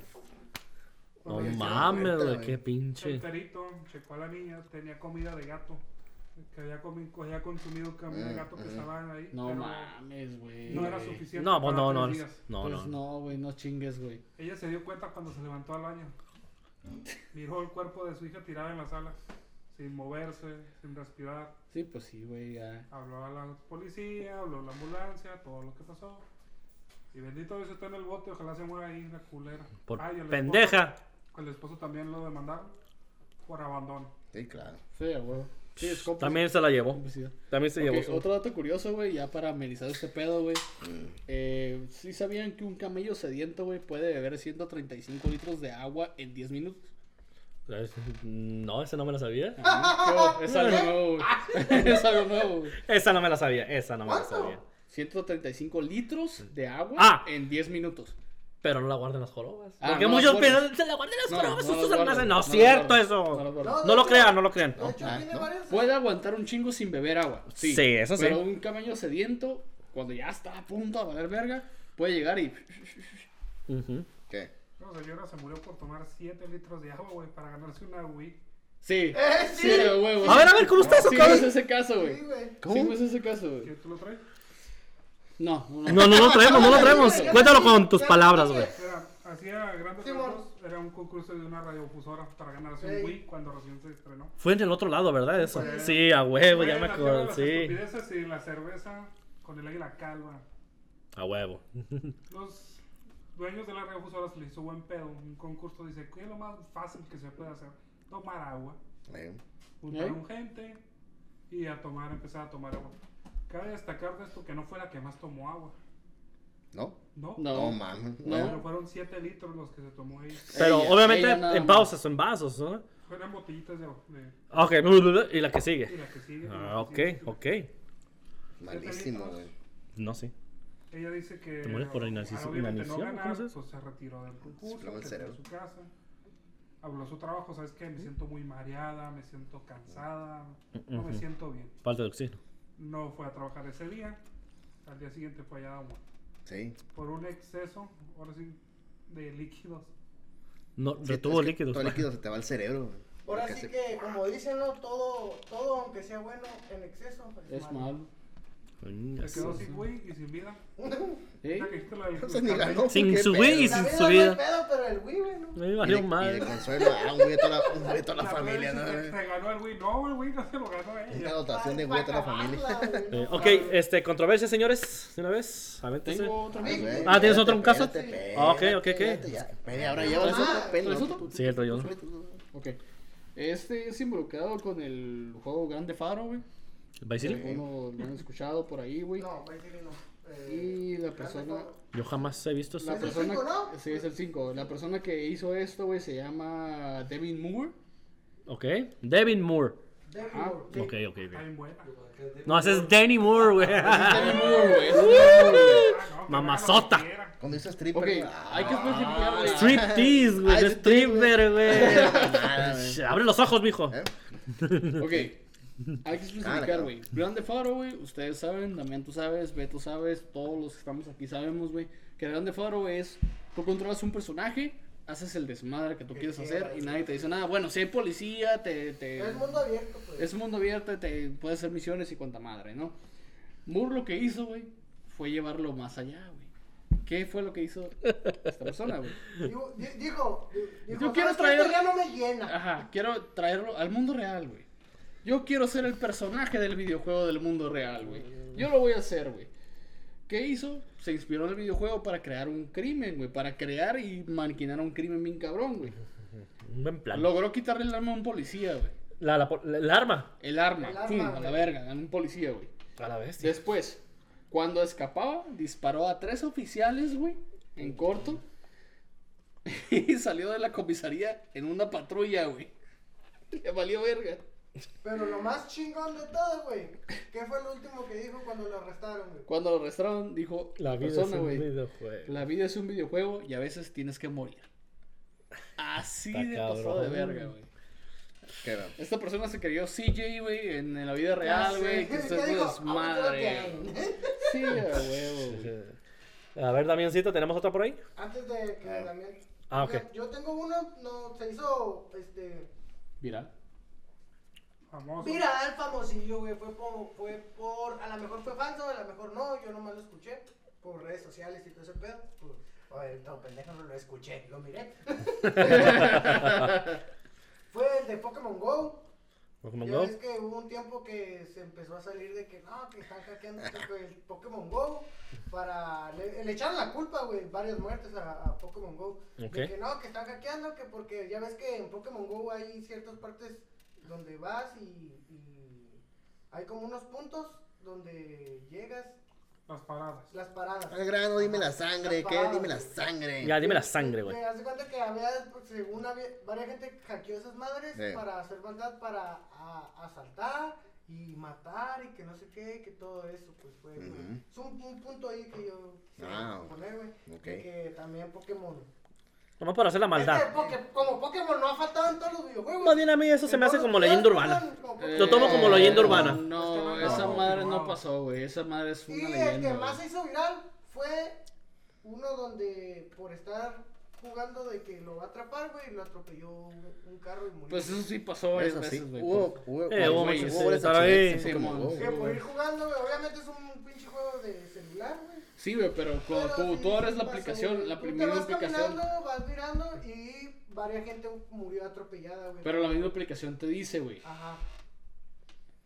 C: No
B: Oye, se me
C: mames,
B: cuenta,
C: güey.
B: güey.
C: Qué pinche.
E: El perito checó a la niña, tenía comida de gato. Que había, comi- que había consumido comida de gato que estaban ahí.
A: No eh.
E: pero
A: mames, güey.
E: No era suficiente.
C: No, pues
E: para
C: no, no.
E: tres
C: No,
E: días.
C: no.
A: Pues no, güey, no chingues, güey.
E: Ella se dio cuenta cuando se levantó al baño. Miró el cuerpo de su hija tirado en la sala, sin moverse, sin respirar.
A: Sí, pues sí, güey, ya.
E: Habló a la policía, habló a la ambulancia, todo lo que pasó. Y bendito Dios está en el bote, ojalá se muera ahí la culera.
C: Por
E: Ay, el esposo-
C: pendeja.
E: el esposo también lo demandaron por abandono.
B: Sí, claro.
A: Sí, a huevo. Sí, es complicidad.
C: También se la llevó.
A: complicidad.
C: También se
A: Ok,
C: llevó su.
A: Otro dato curioso, güey, ya para amenizar este pedo, güey.
D: Mm.
A: Eh, ¿Sí sabían que un camello sediento, güey, puede beber 135 litros de agua en 10 minutos?
C: No, esa no me la sabía.
D: Ah,
A: Ajá, qué bo- es algo nuevo, güey. es algo nuevo, güey.
C: Esa no me la sabía. Esa no me la
D: ¿Cuánto?
C: sabía.
A: 135 litros de agua
C: Ah.
A: en 10 minutos.
C: Pero no la guardan las jorobas.
A: Ah,
C: Porque
A: no las
C: muchos
A: guardan.
C: piensan, se la guardan las jorobas.
A: los
C: No,
A: guardan,
C: no,
A: no
C: es
A: los
C: cierto
A: guardan,
C: eso.
A: no los guardan.
D: No,
C: No lo
D: no,
C: crean, no lo crean.
D: De hecho,
B: Ah,
D: tiene
B: ¿no?
D: varias.
A: Puede aguantar un chingo sin beber agua. Sí,
C: Sí, eso sí.
A: Pero un camello sediento, cuando ya está a punto de valer verga, puede llegar y.
C: Ujú.
B: ¿Qué?
E: No, señora se murió por tomar 7 litros de agua, güey, para ganarse una Wii.
A: Sí.
D: Eh,
A: Sí,
D: sí.
A: a huevo.
C: A ver, a ver, ¿cómo está eso,
A: Sí,
C: cabrón?
A: es ese caso, güey.
D: Sí, güey.
A: Sí, pues ese caso, güey.
E: ¿Qué tú lo traes?
A: No, no, no.
C: No, no lo traemos, no lo traemos. Cuéntalo con tus
D: Ya,
C: palabras, güey.
E: Era, hacía grandes
D: Simón.
E: rasgos, era un concurso de una radiofusora para ganarse
D: Ey.
E: un Wii cuando recién se estrenó.
C: Fue en el otro lado, ¿verdad? Eso.
E: Fue-
C: Sí, a huevo, Eh, ya me
E: Fue la tierra de
C: acuerdo.
E: las
C: Sí,
E: estupideces y la cerveza con el águila calva.
C: a huevo.
E: Los dueños de las radiofusoras les hizo buen pedo. Un concurso dice, ¿qué es lo más fácil que se puede hacer? Tomar agua.
B: Eh,
E: juntaron gente y a tomar, empezar a tomar agua. Cabe destacar de esto que no fue la que más tomó agua,
B: ¿No?
E: ¿no?
A: No.
B: No, mames.
A: No.
E: Pero fueron 7 litros los que se tomó ahí.
C: Pero
A: Ella-
C: obviamente
A: ella nada
C: en
A: más.
C: pausas, en vasos, ¿no?
E: Fueron botellitas de agua. de-
C: Ok, blu, blu, blu, y la que
E: y
C: sigue.
E: la que sigue. y la
C: Ah, ok,
E: que sigue.
C: ok.
B: Malísimo, güey.
C: No sé.
E: Ella dice que.
C: ¿Te mueres por
E: ah,
C: inanici-
E: obviamente no
C: inanición?
E: ganar,
C: ¿Cómo se dice?
E: pues se retiró del concurso,
B: explotó el
E: se fue a
B: cerebro.
E: su casa. Habló su trabajo, ¿sabes qué? Me siento muy mareada, me siento cansada, no me
C: Ujú.
E: siento bien.
C: Falta de oxígeno.
E: No fue a trabajar ese día, al día siguiente fue allá a muerte.
B: Sí.
E: por un exceso, ahora sí, de líquidos.
C: No,
B: Sí,
C: retuvo
B: es que
C: líquidos.
B: Todo líquido se te va al cerebro, güey.
D: Ahora
B: Porque
D: sí
B: se-
D: que, como dicen, ¿no? todo, todo, aunque sea bueno, en exceso, pues,
A: Es malo.
C: Venga,
E: Se quedó
C: sí.
E: sin Wii y sin vida.
A: ¿Eh?
E: Ya que dijiste lo del-
B: No se ni ganó.
C: Sin
B: qué
C: su
B: pedo.
C: güey y
D: La
C: sin
D: vida
C: su
D: no
C: vida.
D: es pedo, pero el Wii, güey, ¿no?
C: Me
B: Y
C: valió
B: de, y de
C: mal.
B: consuelo a un güey de toda la, un güey de toda la
E: La
B: familia, ¿no?
E: Wii dice que Se ganó el Wii. No, el Wii no se lo ganó
B: Una
E: ella.
B: dotación de güey de toda la familia.
C: Eh, ok, este, controversia, señores. De una vez, avéntese.
A: Tengo otro
D: Ay,
A: caso.
D: güey.
C: Ah, ¿tienes otro un caso?
B: Espérate,
C: Ah, ok,
B: espérate,
C: ok, ok.
B: espérate, ya. Ah, Media hora lleva
A: ¿Traes
B: el
A: otro?
B: otro pelo.
A: ¿Traes otro?
C: Sí, el rollo.
A: Ok. Este es involucrado con el juego Grande Faro, güey.
C: ¿Vice City?
A: Algunos lo han escuchado por ahí, güey.
D: No, güey, sí, no. Eh,
A: Y la persona.
C: Yo jamás he visto eso.
A: La
D: ¿Es el
A: persona,
D: cinco, no?
A: Sí, es el 5. La persona que hizo esto, güey, se llama Devin Moore.
C: Ok. Devin Moore.
D: Devil
A: Ah,
D: Lord, sí.
C: Ok, ok,
E: Está
C: ok.
E: bien buena. Ah,
C: No, ese es Danny Moore, güey.
A: Devin Moore, güey. ese es Devin Moore, güey.
E: Ah, no, que
C: Mamazota.
E: haga lo que quiera.
B: Cuando hizo stripper.
A: Ok, hay que especificar, güey.
C: Striptease, güey.
B: Ah,
C: no
B: ese tipo, güey.
C: Stripper,
B: Nada, güey.
C: güey. Sh, Abre los ojos, mijo.
B: Ah, ¿Eh?
A: Ok. Hay que
B: Ah, la
A: especificar,
B: cago.
A: güey. Grande Faro, güey. Ustedes saben, también tú sabes, Beto sabes, todos los que estamos aquí sabemos, güey. Que Grande Faro es, tú controlas un personaje, haces el desmadre que tú quieres hacer y nadie te dice nada. Bueno, si hay policía, te... te
D: Es mundo abierto, pues.
A: es mundo abierto, te puedes hacer misiones y cuanta madre, ¿no? Moore lo que hizo, güey, fue llevarlo más allá, güey. ¿Qué fue lo que hizo esta persona, güey?
D: Digo, di- dijo, dijo,
A: Yo quiero
D: "¿Sabes
A: traer- Ah.
D: qué? Esto ya no me llena.
A: Ajá, quiero traerlo al mundo real, güey. Yo quiero ser el personaje del videojuego del mundo real, güey. Yo lo voy a hacer, güey. ¿Qué hizo? Se inspiró en el videojuego para crear un crimen, güey. Para crear y maquinar un crimen bien cabrón, güey.
C: Un buen plan.
A: Logró quitarle el arma a un policía, güey.
C: La, la, la- el arma.
A: El arma,
D: El arma,
A: pum, a la
D: güey.
A: verga, a un policía, güey.
C: A la bestia.
A: Después, cuando escapaba, disparó a tres oficiales, güey, en corto. Y salió de la comisaría en una patrulla, güey. Le valió verga.
D: Pero lo más chingón de todo, güey. ¿Qué fue lo último que dijo cuando lo arrestaron, güey?
A: Cuando lo arrestaron, dijo
C: La vida
A: persona,
C: es un
A: güey,
C: videojuego.
A: La vida es un videojuego y a veces tienes que morir. Así
C: Está
A: de pasado de
C: cabrón.
A: verga, güey.
B: Qué va.
A: Esta persona se creyó CJ, güey, en, en la vida real, güey. Que
D: ¿Qué
A: esto es
D: dijo? "Ah,
A: desmadre.
D: "I was
A: güey.
D: not there".
A: Sí, a huevo, güey.
C: A ver, Damiancito, ¿tenemos otra por ahí?
D: Antes de que Damián.
C: Ah, ok.
D: Mira, Yo tengo uno, no, se hizo, este,
A: Mira.
E: Famoso.
D: viral, famosillo, güey, fue por, fue por, a lo mejor fue falso, a lo mejor no, yo nomás lo escuché por redes sociales y todo ese pedo. pues, A ver, no, pendejo, no lo escuché, lo miré. fue el de Pokémon GO.
C: Pokémon
D: Ya
C: Go.
D: ves que hubo un tiempo que se empezó a salir de que no, que están hackeando el Pokémon Go para. Le, le echaron la culpa, güey, varias muertes a, a Pokémon Go. De
C: Ok.
D: que no, que están hackeando, que porque ya ves que en Pokémon Go hay ciertas partes donde vas y, y hay como unos puntos donde llegas,
E: Las paradas.
D: las paradas.
B: Al grano, dime la sangre.
D: Las
B: ¿Qué?
D: paradas,
B: Dime la
D: güey.
B: sangre.
C: Ya, dime la sangre, güey.
D: Te das cuenta que había, pues, según había, varias gente hackeó esas madres
B: Sí.
D: para hacer maldad, para a- asaltar y matar y que no sé qué, que todo eso, pues fue. güey.
B: Ujú.
D: Es un, un punto ahí que yo quisiera
B: Ah,
D: poner, güey. de
B: ok.
D: Que también Pokémon.
C: Nomás para hacer la
D: Es que
C: maldad.
D: Poké- como Pokémon no ha faltado en todos los videojuegos.
C: Más bien a mí eso se me hace
D: En todos
C: como
D: los
C: leyenda
D: videos,
C: urbana.
D: Pokémon, como
C: Lo tomo como
A: Eh,
C: leyenda
A: no,
C: urbana.
A: No,
E: Es que no,
A: esa
E: no,
A: madre no
E: no.
A: pasó, güey. Esa madre es
D: Y
A: una
D: el
A: leyenda.
D: que
A: güey.
D: más se hizo viral fue uno donde por estar jugando de que lo va a atrapar, güey, y lo atropelló un, un carro y murió.
A: Pues eso sí pasó varias
B: Eso sí,
A: veces, güey. Pues,
B: hubo, hubo,
C: Eh, hubo
B: güey,
C: veces,
B: varios
C: estaba
B: accidentes,
A: ahí,
B: sí,
A: Simón.
B: como,
D: que por ir jugando, güey, obviamente es un pinche juego de celular, güey.
A: Sí, güey, pero cuando
D: Pero
A: tú,
D: sí,
A: tú abres
D: sí
A: la
D: pasó,
A: aplicación,
D: güey.
A: la
D: Tú te
A: primera
D: vas
A: aplicación,
D: caminando, vas mirando y varias gente murió atropellada, güey.
A: pero la misma aplicación te dice, güey,
D: Ajá.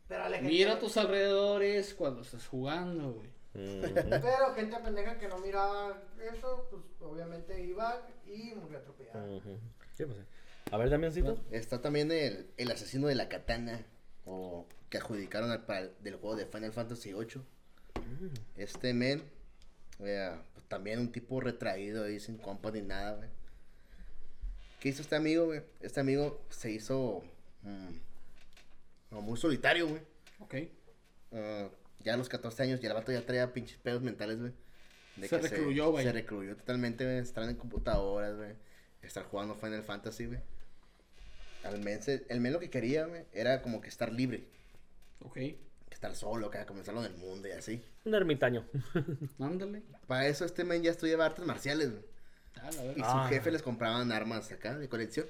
D: Pero a la gente...
A: mira a tus alrededores cuando estás jugando, güey.
C: Ujú.
D: Pero gente pendeja que no miraba eso, pues obviamente iba y murió atropellada.
C: Ujú. Sí, pues, sí. A ver, Damiancito.
B: Está también el, el asesino de la katana, o que adjudicaron al, para el- del juego de Final Fantasy VIII. Este men, vea, pues, también un tipo retraído ahí, sin compas ni nada, güey. ¿Qué hizo este amigo, güey? Este amigo se hizo mm, no, muy solitario, güey.
A: Ok.
B: Ah, ya a los 14 años, ya el vato ya traía pinches pedos mentales, güey. De
A: Se
B: que
A: recluyó, güey.
B: Se recluyó totalmente, güey. Estar en computadoras, güey. Estar jugando Final Fantasy, güey. Al men se- el men lo que quería, güey, era como que estar libre.
A: Ok.
B: que Estar solo, que comenzarlo en el mundo y así.
C: Un ermitaño.
A: Ándale.
B: Para eso este men ya estudiaba artes marciales, güey.
A: Ah, la
B: Y
A: verga.
C: Ah.
B: su jefe les compraban armas acá de colección.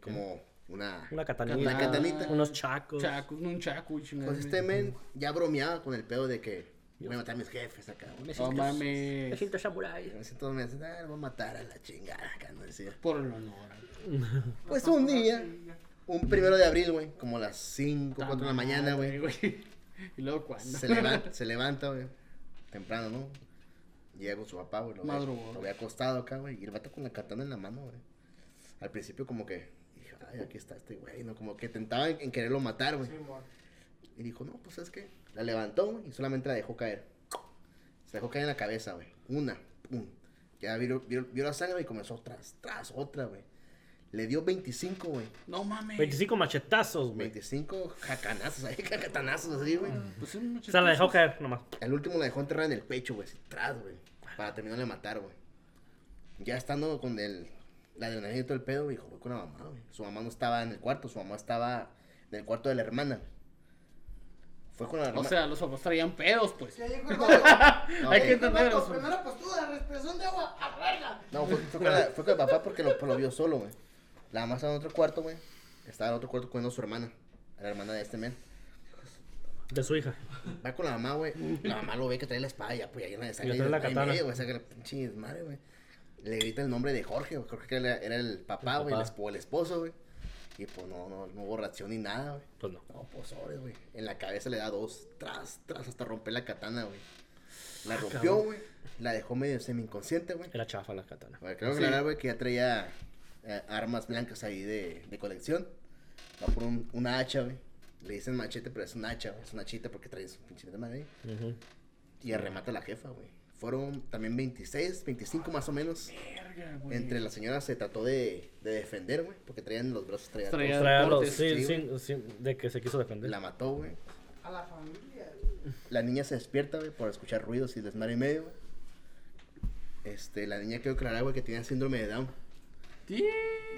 B: Como una...
C: Una
B: una
A: Ah.
C: catanita.
B: katanita.
C: Unos chacos.
A: Chaco, un chaco, chingada.
B: Pues este men ya bromeaba con el pedo de que... Voy a matar a mis jefes acá. Me
A: No
B: siento-
C: Me
A: mames.
C: siento samurái.
B: Así todos me dicen, ah, lo voy a matar a la chingada, acá no decía.
A: Por el honor.
B: Pues un día, un primero de abril, güey, como las 5, 4 de la mañana, güey.
A: Y luego cuando.
B: Se levanta, se levanta, güey. Temprano, ¿no? Llega con su papá, güey. Lo, ve-
A: Madrugó.
B: lo ve acostado acá, güey. Y el vato con la katana en la mano, güey. Al principio como que, dije, ay, aquí está este güey, ¿no? Como que tentaba en, en quererlo matar, güey.
D: Simón.
B: Y dijo, no, pues es que la levantó güey, y solamente la dejó caer. Se dejó caer en la cabeza, güey. Una, pum. Ya vio, vio- vio la sangre y comenzó tras, tras, otra, güey. Le dio 25, güey.
A: No mames.
C: 25 machetazos, güey.
B: 25 jacanazos, ahí, jacatanazos así, güey.
A: Pues son muchas
C: O sea, la dejó
A: cosas.
C: caer nomás.
B: Al último la dejó enterrada en el pecho, güey, así, tras, güey. Para terminar de matar, güey. Ya estando con el, la adrenalina y todo el pedo, güey, dijo, voy con la mamá, güey. Su mamá no estaba en el cuarto, su mamá estaba en el cuarto de la hermana. Fue con la hermana.
A: O sea, los papás traían pedos, pues.
D: Si ahí dijo el vato,
B: No,
A: Hay
B: eh,
A: que
D: dijo el
A: entender
D: vato,
A: eso.
D: primera postura, respiración de agua, a verga.
B: No, fue, fue con, la- fue con el papá porque lo, lo vio solo, güey. La mamá estaba en otro cuarto, güey. Estaba en otro cuarto cuidando a su hermana. a La hermana de este men.
C: De su hija.
B: Va con la mamá, güey. La mamá lo ve que trae la espada y pues ya llena de sangre.
C: trae la
B: ahí en
C: katana.
B: medio, güey. Saca la pinche desmadre, güey. Le grita el nombre de Jorge, güey. Jorge que era, era el papá,
C: El
B: güey. El,
C: papá.
B: esp- el esposo, güey. Y pues no, no, no hubo reacción ni nada, güey.
C: Pues no.
B: No, pues sobres, güey. En la cabeza le da dos, tras, tras, hasta romper la katana, güey. La rompió,
C: Ah, cabrón.
B: güey. La dejó medio semi-inconsciente, güey.
C: Era chafa la katana.
B: Bueno, creo que la güey, que ya traía eh, armas blancas ahí de, de colección. Va por un, una hacha, güey. Le dicen machete, pero es un hacha, güey. Es una hachita porque trae su pinche de madre. ahí.
C: Ujú.
B: Y arremata a la jefa, güey. Fueron también 26, 25 más o menos.
A: Verga, güey.
B: Entre la señora se trató de, de defender, güey. Porque traían los brazos, traían
A: Traía-
B: todo.
C: Traía los-
A: cortes,
C: sí,
B: sí,
C: sí, sí, de que se quiso defender.
B: La mató, güey.
D: A la familia, güey.
B: La niña se despierta, güey, por escuchar ruidos y desmadre y medio, güey. Este, la niña quedó clara, güey, que tenía síndrome de Down.
A: Sí.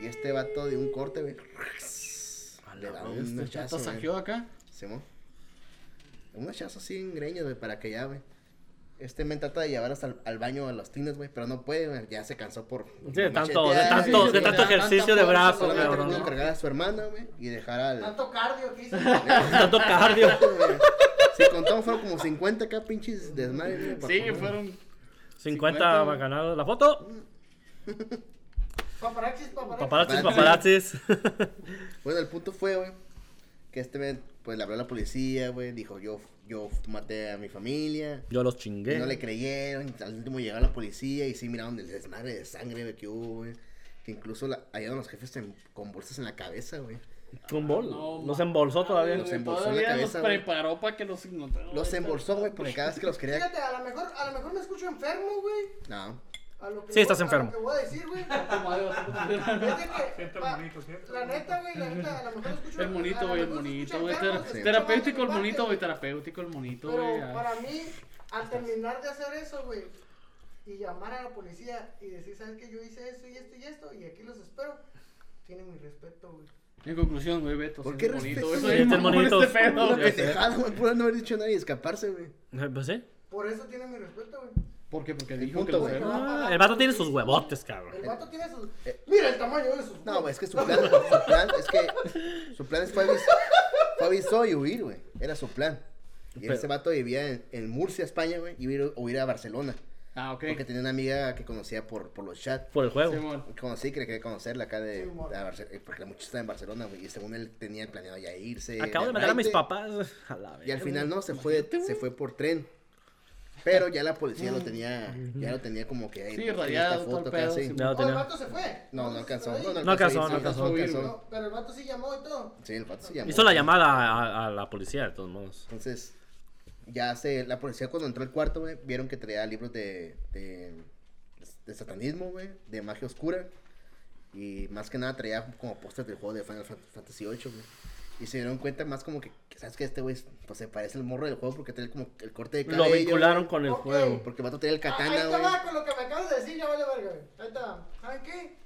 B: Y este vato de un corte, güey.
C: A
B: Le
C: la
B: da
C: bestia,
B: Ah, un
A: Este chato
B: hachazo, güey.
A: saqueó acá.
B: Simón. Un hachazo así en greñas, güey, para que ya, güey. Este men trata de llevar hasta al, al baño a los tines, güey, pero no puede, güey. Ya se cansó por.
C: Sí,
B: por
C: de tanto, de
B: machetear,
C: tanto,
B: güey.
C: de
A: sí,
C: tanto
A: sí, sí,
C: ejercicio de
A: tanta
C: brazos,
A: fuerza,
B: Solamente
C: cabrón.
B: pudo
A: no.
B: cargar a su hermana, güey, y dejar al.
D: Tanto cardio que hizo.
C: Tanto cardio.
B: Si contamos, fueron como 50 acá, pinches desmadre, güey, por
A: Sí,
B: favor.
A: fueron.
C: 50
A: güey.
C: bacanadas. La foto.
D: Paparachis, paparachis.
C: Paparazzis, paparazzis.
B: Paparazzi. Bueno, el punto fue, güey, que este men, pues le habló a la policía, güey, dijo, yo, yo maté a mi familia.
C: Yo los
B: Y
C: chingué.
B: No le creyeron, al último llegó la policía y sí miraron el desmadre de sangre güey, que hubo, güey. Que incluso la, hallaron los jefes en- con bolsas en la cabeza, güey.
C: Un bol.
A: No,
C: Los embolsó todavía.
B: Los embolsó en la
A: Todavía
B: cabeza,
A: los
B: güey.
A: preparó para que los encontraran.
B: Los embolsó, güey, porque cada vez que los quería...
D: Fíjate, a lo mejor, a lo mejor me escucho enfermo, güey.
B: No,
D: A lo que
C: Sí, estás
D: voy-
C: enfermo.
D: A lo que voy a decir, güey. Es de que,
E: Siente el
D: pa-
E: monito, siente
D: La
E: el
D: neta, güey, la neta, a lo mejor escucho
A: El monito, güey, el monito, güey. ter-
B: sí.
A: Terapéutico el monito, güey, terapéutico el monito,
D: Pero
A: güey. ah.
D: para mí, al terminar de hacer eso, güey, y llamar a la policía y decir, ¿sabes qué? Yo hice esto y esto y esto, y aquí los espero. Tienen mi respeto, güey.
A: En conclusión, güey, Beto.
B: ¿Por
A: sí
B: qué
A: es bonito, güey,
B: respetas?
A: soy
C: Sí, es el
A: mamón
C: monito.
A: este pedo,
B: una
A: güey.
C: Ya sé.
B: pendejada, güey, por no haber dicho nada y escaparse, güey.
C: Eh, Pues sí.
D: Por eso tienen mi respeto, güey.
A: ¿Por qué? Porque
B: El
A: dijo que
B: punto,
A: lo
B: güey.
A: era.
C: Ah, el vato tiene sus huevotes, cabrón.
D: El vato tiene sus.
B: Eh.
D: Mira el tamaño de sus.
B: No, güey, es que su plan, su plan es que su plan fue avis- fue avisó y huir, güey. Era su plan. Y
C: Pero-
B: ese vato vivía en, en Murcia, España, güey, y huir, huir a Barcelona.
A: Ah, ok.
B: Porque tenía una amiga que conocía por, por los chats.
C: Por el juego.
A: Simón.
B: Conocí, que le quería conocerla acá de,
D: Sí, bueno.
B: de Barce- eh, porque la muchacha estaba en Barcelona, güey, y según él tenía planeado ya irse.
C: Acabo de matar
B: mandar
C: a mis papás. A la
B: Y al
C: verga.
B: final no, se fue, se fue por tren. Pero ya la policía lo tenía, ya lo tenía como que ahí.
A: Sí, rayado, todo el pedo, sí.
C: Ya lo
D: Oh, el
C: tenía.
D: vato se fue.
B: No, no alcanzó.
D: se fue
B: No,
D: ahí.
A: alcanzó,
B: no alcanzó, no
C: No
B: alcanzó.
A: no
B: no
A: alcanzó.
B: alcanzó.
D: No, pero el vato sí llamó y todo.
B: Sí, el vato se llamó.
C: Hizo la llamada a, a- a la policía, de todos modos.
B: Entonces, ya se, la policía cuando entró al cuarto, güey, vieron que traía libros de, de, de satanismo, güey, de magia oscura. Y más que nada traía como pósters del juego de Final Fan- Fantasy VIII, güey. Y se dieron cuenta más como que, que, ¿sabes que Este güey, pues se parece al morro del juego porque trae como el corte de cabello.
C: Lo vincularon
B: güey.
C: con el
D: Ok.
C: juego.
B: Porque el vato traía el
D: Ah,
B: katana,
D: Ahí te va
B: güey.
D: con lo que me acabas de decir, ya vale verga, güey. Ahí te va. ¿Saben qué?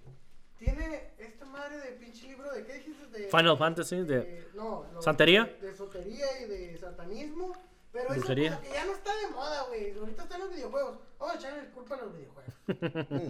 D: Tiene esta madre de pinche libro de qué dijiste de.
C: Final Fantasy
D: de-
C: de...
D: no, lo-
C: ¿Santería?
D: De, sotería y de satanismo. Pero eso
C: Brujería.
D: como que ya no está de moda, güey. Ahorita están los videojuegos. Vamos a echarle culpa a los videojuegos.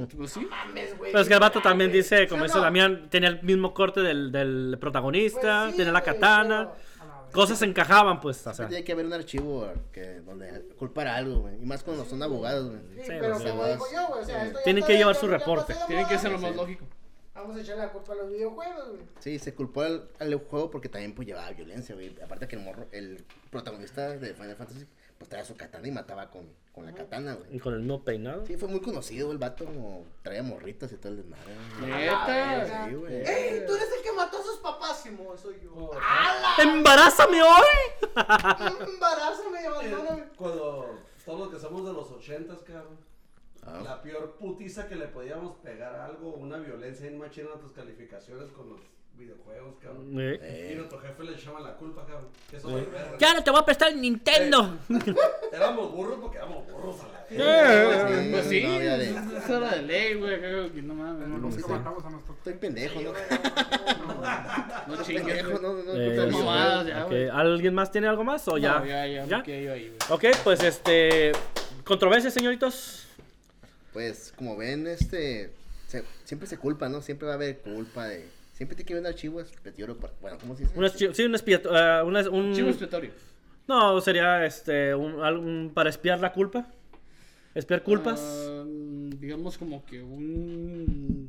B: Mm,
A: Pues sí.
D: Mames, güey.
C: Pero es que el vato
D: Ah,
C: también
D: güey.
C: dice, como
D: O
C: dice
D: sea, no,
C: Damián, tenía el mismo corte del, del
D: pues
C: protagonista,
D: sí,
C: tenía la
D: güey,
C: katana,
D: pero a la verga.
C: cosas encajaban, pues, o sea,
B: Siempre tiene que haber un archivo que, donde culpar a algo, güey. Y más cuando son abogados, güey.
D: Sí,
C: Sí,
D: pero
C: o sea,
D: como
B: vas-
D: digo yo, güey, o sea,
B: eh,
D: esto ya
C: tienen
D: está
C: que
D: de-
C: llevar
D: ya-
C: su
D: ya pasó de
C: reporte.
D: moda,
A: Tiene que ser lo
D: güey.
A: más lógico.
D: Vamos a echarle la culpa a los videojuegos, güey.
B: Sí, se culpó al, al juego porque también pues llevaba violencia, güey. Aparte que el morro, el protagonista de Final Fantasy, pues traía su katana y mataba con, con la katana,
C: y
B: güey.
C: con el mismo peinado.
B: Sí, fue muy conocido el vato, como traía morritas y todo el desmadre. güey.
D: Ah,
A: Neta.
B: Sí, güey.
D: ¡Ey! Tú eres el que mató a sus papás, Simón, soy yo.
F: Oh.
C: ¡Embarázame hoy!
D: Embarazo me
F: Eh,
D: abandonan.
F: Cuando todos los que somos de los ochentas, cabrón.
B: Ah.
F: La peor putiza que le podíamos pegar a algo, una violencia en machina a tus calificaciones con los videojuegos, cabrón.
C: Eh,
F: Y a tu jefe le echaban la culpa, cabrón. Que eso vale verga.
C: Ya no te voy a prestar el Nintendo.
F: Éramos burros porque éramos burros a la
B: Sí,
A: Eh, Pues sí.
B: no, ya de-
A: Es hora de ley, güey. creo que No mames.
E: Pero
A: No,
E: nunca
B: sí.
E: matamos a nuestros.
B: Estoy pendejo, ¿no?
A: no chingues.
B: Pendejo,
A: güey.
B: no, no, no.
C: Eh,
B: puta
C: sí,
B: vida,
A: ya,
C: Ok,
A: güey.
C: ¿Alguien más tiene algo más o
A: No,
C: ya?
A: Ya, ya.
C: ¿Ya?
A: me quedé yo ahí, güey.
C: Ok, pues este. Controversias, señoritos.
B: Pues como ven, este, se- siempre se culpa, ¿no? Siempre va a haber culpa de... Siempre tiene que haber un archivo, expiatorio, para- bueno, ¿cómo se dice?
C: Un archi- sí, un expiatorio. un...
A: Chivo expiatorio.
C: No, sería este. Un, algún- para espiar la culpa. Espiar culpas.
A: Ah, digamos como que un.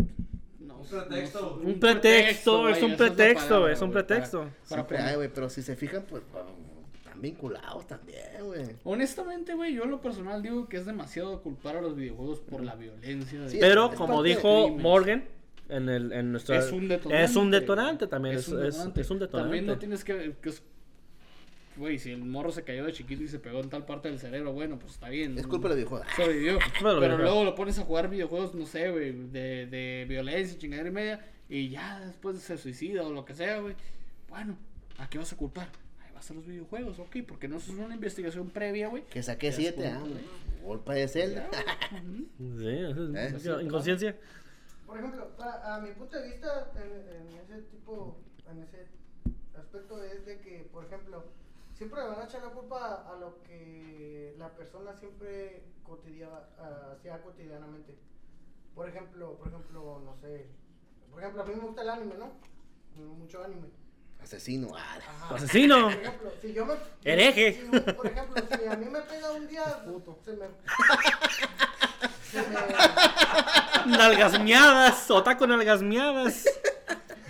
A: No,
F: Un pretexto.
A: no sé,
F: Un
C: un pretexto,
A: güey,
C: es un
A: esa la
C: pretexto,
A: palabra,
C: güey, es un
A: güey, para-
C: pretexto.
A: Para,
B: Siempre
A: poner-
B: hay, güey, pero si se fijan, pues, están vinculados también, güey.
A: Honestamente, güey, yo en lo personal digo que es demasiado culpar a los videojuegos por la violencia. de-
B: Sí,
C: Pero
B: es- es
C: como
B: parte de
C: dijo
A: crímenes.
C: Morgan en, el, en nuestra...
A: es un detonante.
C: Es un detonante también, es, es- es un, detonante.
A: También no tienes que... que es- Güey, si el morro se cayó de chiquito y se pegó en tal parte del cerebro, bueno, pues está bien.
B: Es culpa de los Ah, videojuegos.
A: Sobrevivió.
C: de los
A: Pero
C: videojuegos.
A: luego lo pones a jugar videojuegos, no sé, güey, de, de violencia, chingadera y media, y ya después se suicida o lo que sea, güey. Bueno, ¿a qué vas a culpar? Ahí vas a los videojuegos, ok, porque no es una investigación previa, güey.
B: Que saqué
A: Ya es
B: 7, ah,
A: culpa,
B: güey. Culpa de Zelda.
A: Ujú.
C: Sí,
B: ¿Eh?
C: es- es- inconsciencia.
D: Por ejemplo, para, a mi punto de vista, en, en ese tipo, en ese aspecto es de que, por ejemplo, siempre le van a echar la culpa a lo que la persona siempre cotidia, ah, hacía cotidianamente. Por ejemplo, por ejemplo, no sé, por ejemplo, a mí me gusta el anime, ¿no? Mucho anime.
B: Asesino, ah, la-
D: Ajá.
C: Asesino.
D: Por ejemplo, si yo me...
C: Hereje.
D: si- por ejemplo, si a mí me pega un día... Se me... Se me...
C: Nalgas miadas, otaco nalgas miadas.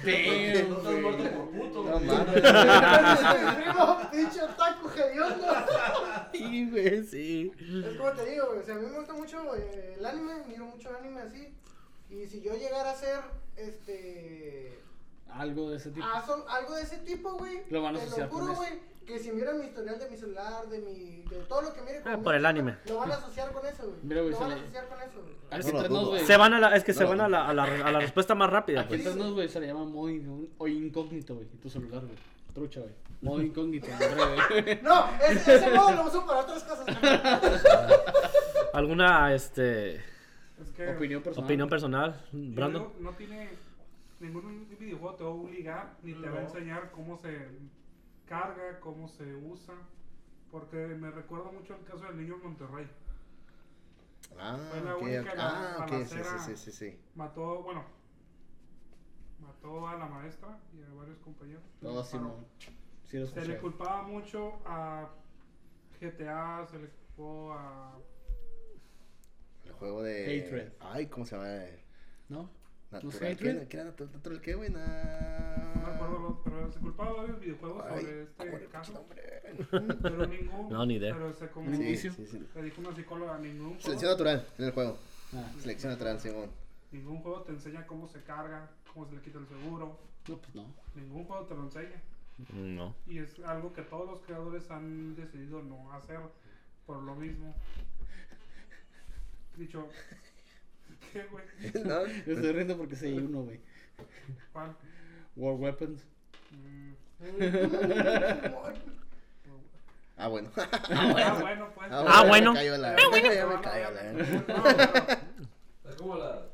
A: Damn,
F: No estás muerto
A: güey.
F: por puto,
B: No
F: güey.
B: mames.
D: Mi primo, pinche otaku hediondo.
C: Sí, güey, sí.
D: Es como te digo, güey, o sea, a mí me gusta mucho eh, el anime, miro mucho anime así. Y si yo llegara a ser, este...
A: Algo de ese tipo.
D: Ah, son algo de ese tipo, güey.
A: Lo van a
D: te
A: asociar
D: lo
A: con
D: juro,
A: eso.
D: güey. Que si miran mi historial de mi celular, de mi. de todo lo que mire.
C: Ah,
D: mi
C: por el
D: chica,
C: anime.
D: Lo van a asociar con eso, güey.
A: Mira, güey,
D: Lo
A: se
D: van a
A: le-
D: asociar con eso, güey.
A: Aquí
B: No lo
A: entre
B: dudo.
A: nos, güey.
C: pues, Se van a la... Es que se
B: No.
C: van a la, a la, a la respuesta más rápida.
A: Aquí
C: Pues.
A: entre nos, güey, se le llama modo in- o incógnito, güey. en Tu celular, güey. Trucha, güey. Modo incógnito, hombre, güey.
D: No, ese, ese modo lo uso para otras cosas. güey.
C: ¿Alguna este,
E: Es que
A: Opinión personal.
C: opinión personal,
E: yo
C: Brandon?
E: digo, No tiene. Ningún videojuego te va a obligar ni te va a
D: No.
E: enseñar cómo se carga, cómo se usa. Porque me recuerda mucho el caso del niño en Monterrey.
B: Ah,
E: Fue la
B: ok,
E: única,
B: ok.
E: la-
B: Ah, ok, sí,
E: balacera.
B: sí, sí, sí, sí.
E: Mató, bueno, mató a la maestra y a varios compañeros.
A: No,
E: Disparó.
A: Simón. Sí, lo
E: Se
A: escuché.
E: le culpaba mucho a GTA, se le culpó a.
B: El juego de.
A: Hatred.
B: Ay, ¿cómo se llama?
A: ¿No?
B: Natural.
A: Hatred?
B: ¿Qué, qué era Natu- natural? ¿Qué, güey?
E: No me acuerdo,
B: Na...
E: lo- pero se culpaba de varios videojuegos sobre
B: Ay, ¿cómo
E: este
B: era el pinche
E: caso.
B: nombre?
E: Pero ningún.
C: No, ni idea.
E: Pero se
A: Ni
E: convirtió.
A: idea.
B: Sí,
A: inicio.
B: sí, sí.
E: Le dijo una psicóloga, ningún
B: Selección
E: juego,
B: natural en el juego.
A: Ah,
B: Selección natural, Simón.
E: ningún juego te enseña cómo se carga, cómo se le quita el seguro.
A: no, pues no.
E: Ningún juego te lo enseña.
C: No.
E: Y es algo que todos los creadores han decidido no hacer por lo mismo. Dicho, ¿qué, güey?
B: ¿No?
A: Yo estoy riendo porque sé uno, güey.
E: ¿Cuál?
A: War Weapons.
E: Mm,
B: Ah, bueno.
E: ah, bueno, pues.
C: Ah, bueno.
B: Ya me cayó la Ya me cayó la
F: Es como la.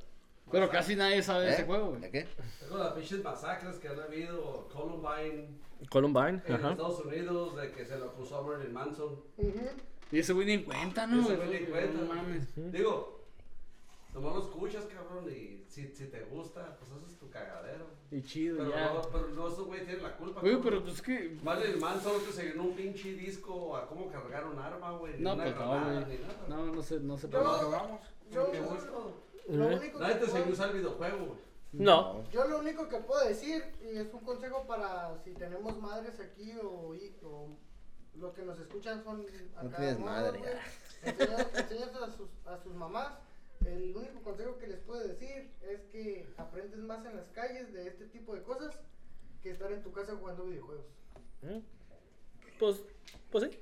A: Pero casi nadie sabe
F: ¿Eh?
A: de ese juego,
B: ¿Eh? ¿De
A: güey.
B: qué?
F: Es como las pinches masacres que han habido. Columbine
C: Columbine.
F: en
C: Ajá.
F: Estados Unidos, de que se lo acusó a Marilyn Manson.
A: Y ese güey ni en cuenta, ¿no?
F: Ese
A: güey?
F: güey ni en cuenta.
A: No mames.
F: Digo, nomás lo escuchas, cabrón, y si, si te gusta, pues eso es tu cagadero.
A: Y chido,
F: Pero
A: ya.
F: no, pero no, esos güey tienen la culpa.
A: Güey,
F: cabrón.
A: pero pues es que.
F: Marilyn Manson que se ganó un pinche disco a cómo cargar un arma, güey. ni
A: No,
F: una
A: pues no,
F: granada,
A: güey.
F: ni nada.
A: No, no sé, no sé.
E: Pero
A: por
E: lo
A: qué.
E: que vamos,
D: Yo,
E: lo que
D: yo-
E: es-
D: lo único
F: Nadie
D: que
F: te enseñó a
D: puedo-
F: usar el videojuego, güey.
C: No.
D: yo lo único que puedo decir, y es un consejo para si tenemos madres aquí o, hi- o los que nos escuchan son acá.
B: tienes
D: morros,
B: madre,
D: güey. Enseña- enseñas a sus, a sus mamás. El único consejo que les puedo decir es que aprendes más en las calles de este tipo de cosas que estar en tu casa jugando videojuegos.
C: Pues, pues sí.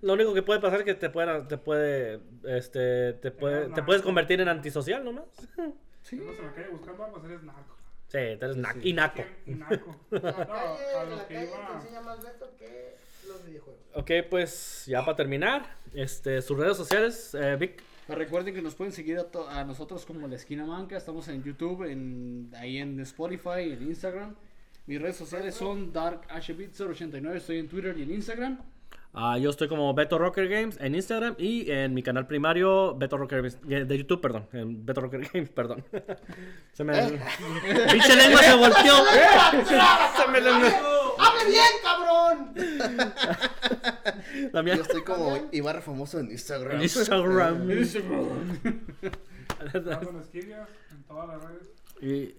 C: Lo único que puede pasar es que te pueda, te puede, este, te puede, te puedes convertir en antisocial nomás.
E: Si no se me cae buscando armas, eres narco.
C: Sí, tú eres naco- y naco.
E: ¿Quién? Y narco.
D: La
E: No, a
D: calle,
E: los
D: Ah, la
E: que
D: calle te
E: iba.
D: enseña más de esto que los videojuegos.
C: Ok, pues ya para terminar, este, sus redes sociales, eh, Vic.
A: Pero recuerden que nos pueden seguir a, to- a nosotros como La Esquina Manca. Estamos en YouTube, en, ahí en Spotify, en Instagram. Mis redes sociales son DarkHBit089. Estoy en Twitter y en Instagram.
C: Ah, yo estoy como Beto Rocker Games en Instagram y en mi canal primario, Beto Rocker Games, eh, de YouTube, perdón. en Beto Rocker Games, perdón. Se me. ¡Pinche lengua se volteó! Se me le-
D: ¡Hable bien, cabrón!
C: La mía.
B: Yo estoy como Ibarra famoso en Instagram.
C: En Instagram.
E: Dando esquivias en todas las redes.
C: Y-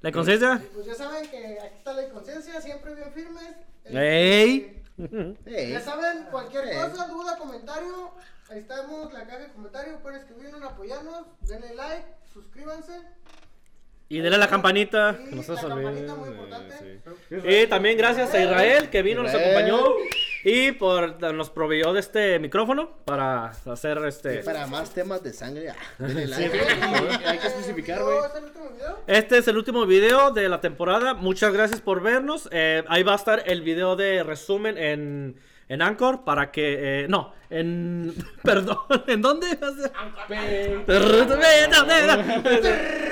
C: ¿La conciencia?
D: Pues ya saben que aquí está la conciencia, siempre bien firmes.
C: ¡Ey!
B: Ey,
D: Ya saben, cualquier
B: Ey.
D: cosa, duda, comentario, ahí estamos, la caja de comentarios, pueden escribirnos, apoyarnos, denle like, suscríbanse.
C: Y denle a la campanita.
D: Sí,
C: que no se
D: la
C: os olvide.
D: campanita muy importante.
C: Sí. Y también gracias a Israel que vino, nos
B: Israel.
C: acompañó y por nos proveyó de este micrófono para hacer este.
B: eh, Para más temas de sangre, ah, denle
D: Eh,
B: like.
A: hay que especificar,
D: video,
A: güey.
D: ¿Es el eh, último video?
C: Este es el último video de la temporada. Muchas gracias por vernos. Eh, ahí va a estar el video de resumen en, en Anchor para que. eh, no, en. Perdón, ¿en dónde?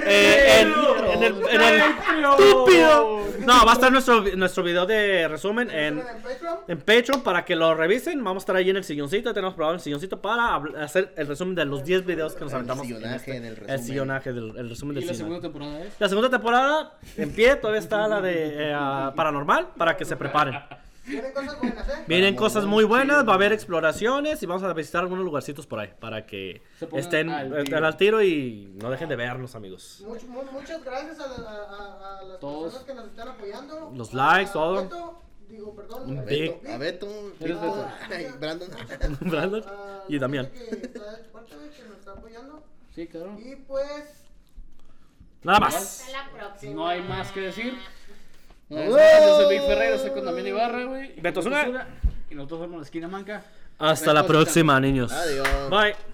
C: Eh, en, en el. En el estúpido. No, va a estar nuestro, nuestro video de resumen en.
D: ¿Están en Patreon?
C: En Patreon para que lo revisen, vamos a estar ahí en el silloncito, tenemos probado el silloncito para habl- hacer el resumen de los 10 videos que nos
B: El
C: aventamos. en
B: sillonaje
C: este-
B: del
C: El
B: resumen.
C: sillonaje del el resumen
A: Y
C: del
A: la
C: sillonaje.
A: segunda temporada es.
C: La segunda temporada en pie, todavía está la de eh, ah, paranormal, para que se preparen.
D: ¿Tienen cosas buenas, eh?
C: Vienen cosas muy buenas, va a haber exploraciones y vamos a visitar algunos lugarcitos por ahí para que
A: Se pongan
C: estén
A: al tiro.
C: al tiro. al tiro y no dejen de vernos, amigos.
D: Much- mu- muchas gracias a, la- a- a- a las
A: Todos.
D: personas que nos están apoyando.
C: Los likes,
D: A
C: todo.
D: Beto, digo, perdón.
C: Un
D: a
B: A
C: dick.
D: Beto,
B: Beto, a Beto,
A: Eres
B: Víctor,
D: Beto.
B: ay, Brandon.
C: Brandon
D: a
C: y
D: la
C: Damián.
D: gente que está de parte, güey, que nos está apoyando.
A: Sí, claro.
D: Y pues,
C: Nada más.
G: Hasta la próxima.
A: No hay más que decir.
B: ¡Wow!
A: Yo soy Vic Ferrero, estoy con Damián Ibarra, güey.
C: Beto Zuna.
A: Y nosotros somos La Esquina Manca.
C: Hasta la
A: Reposita.
C: próxima, niños.
B: Adiós.
C: Bye.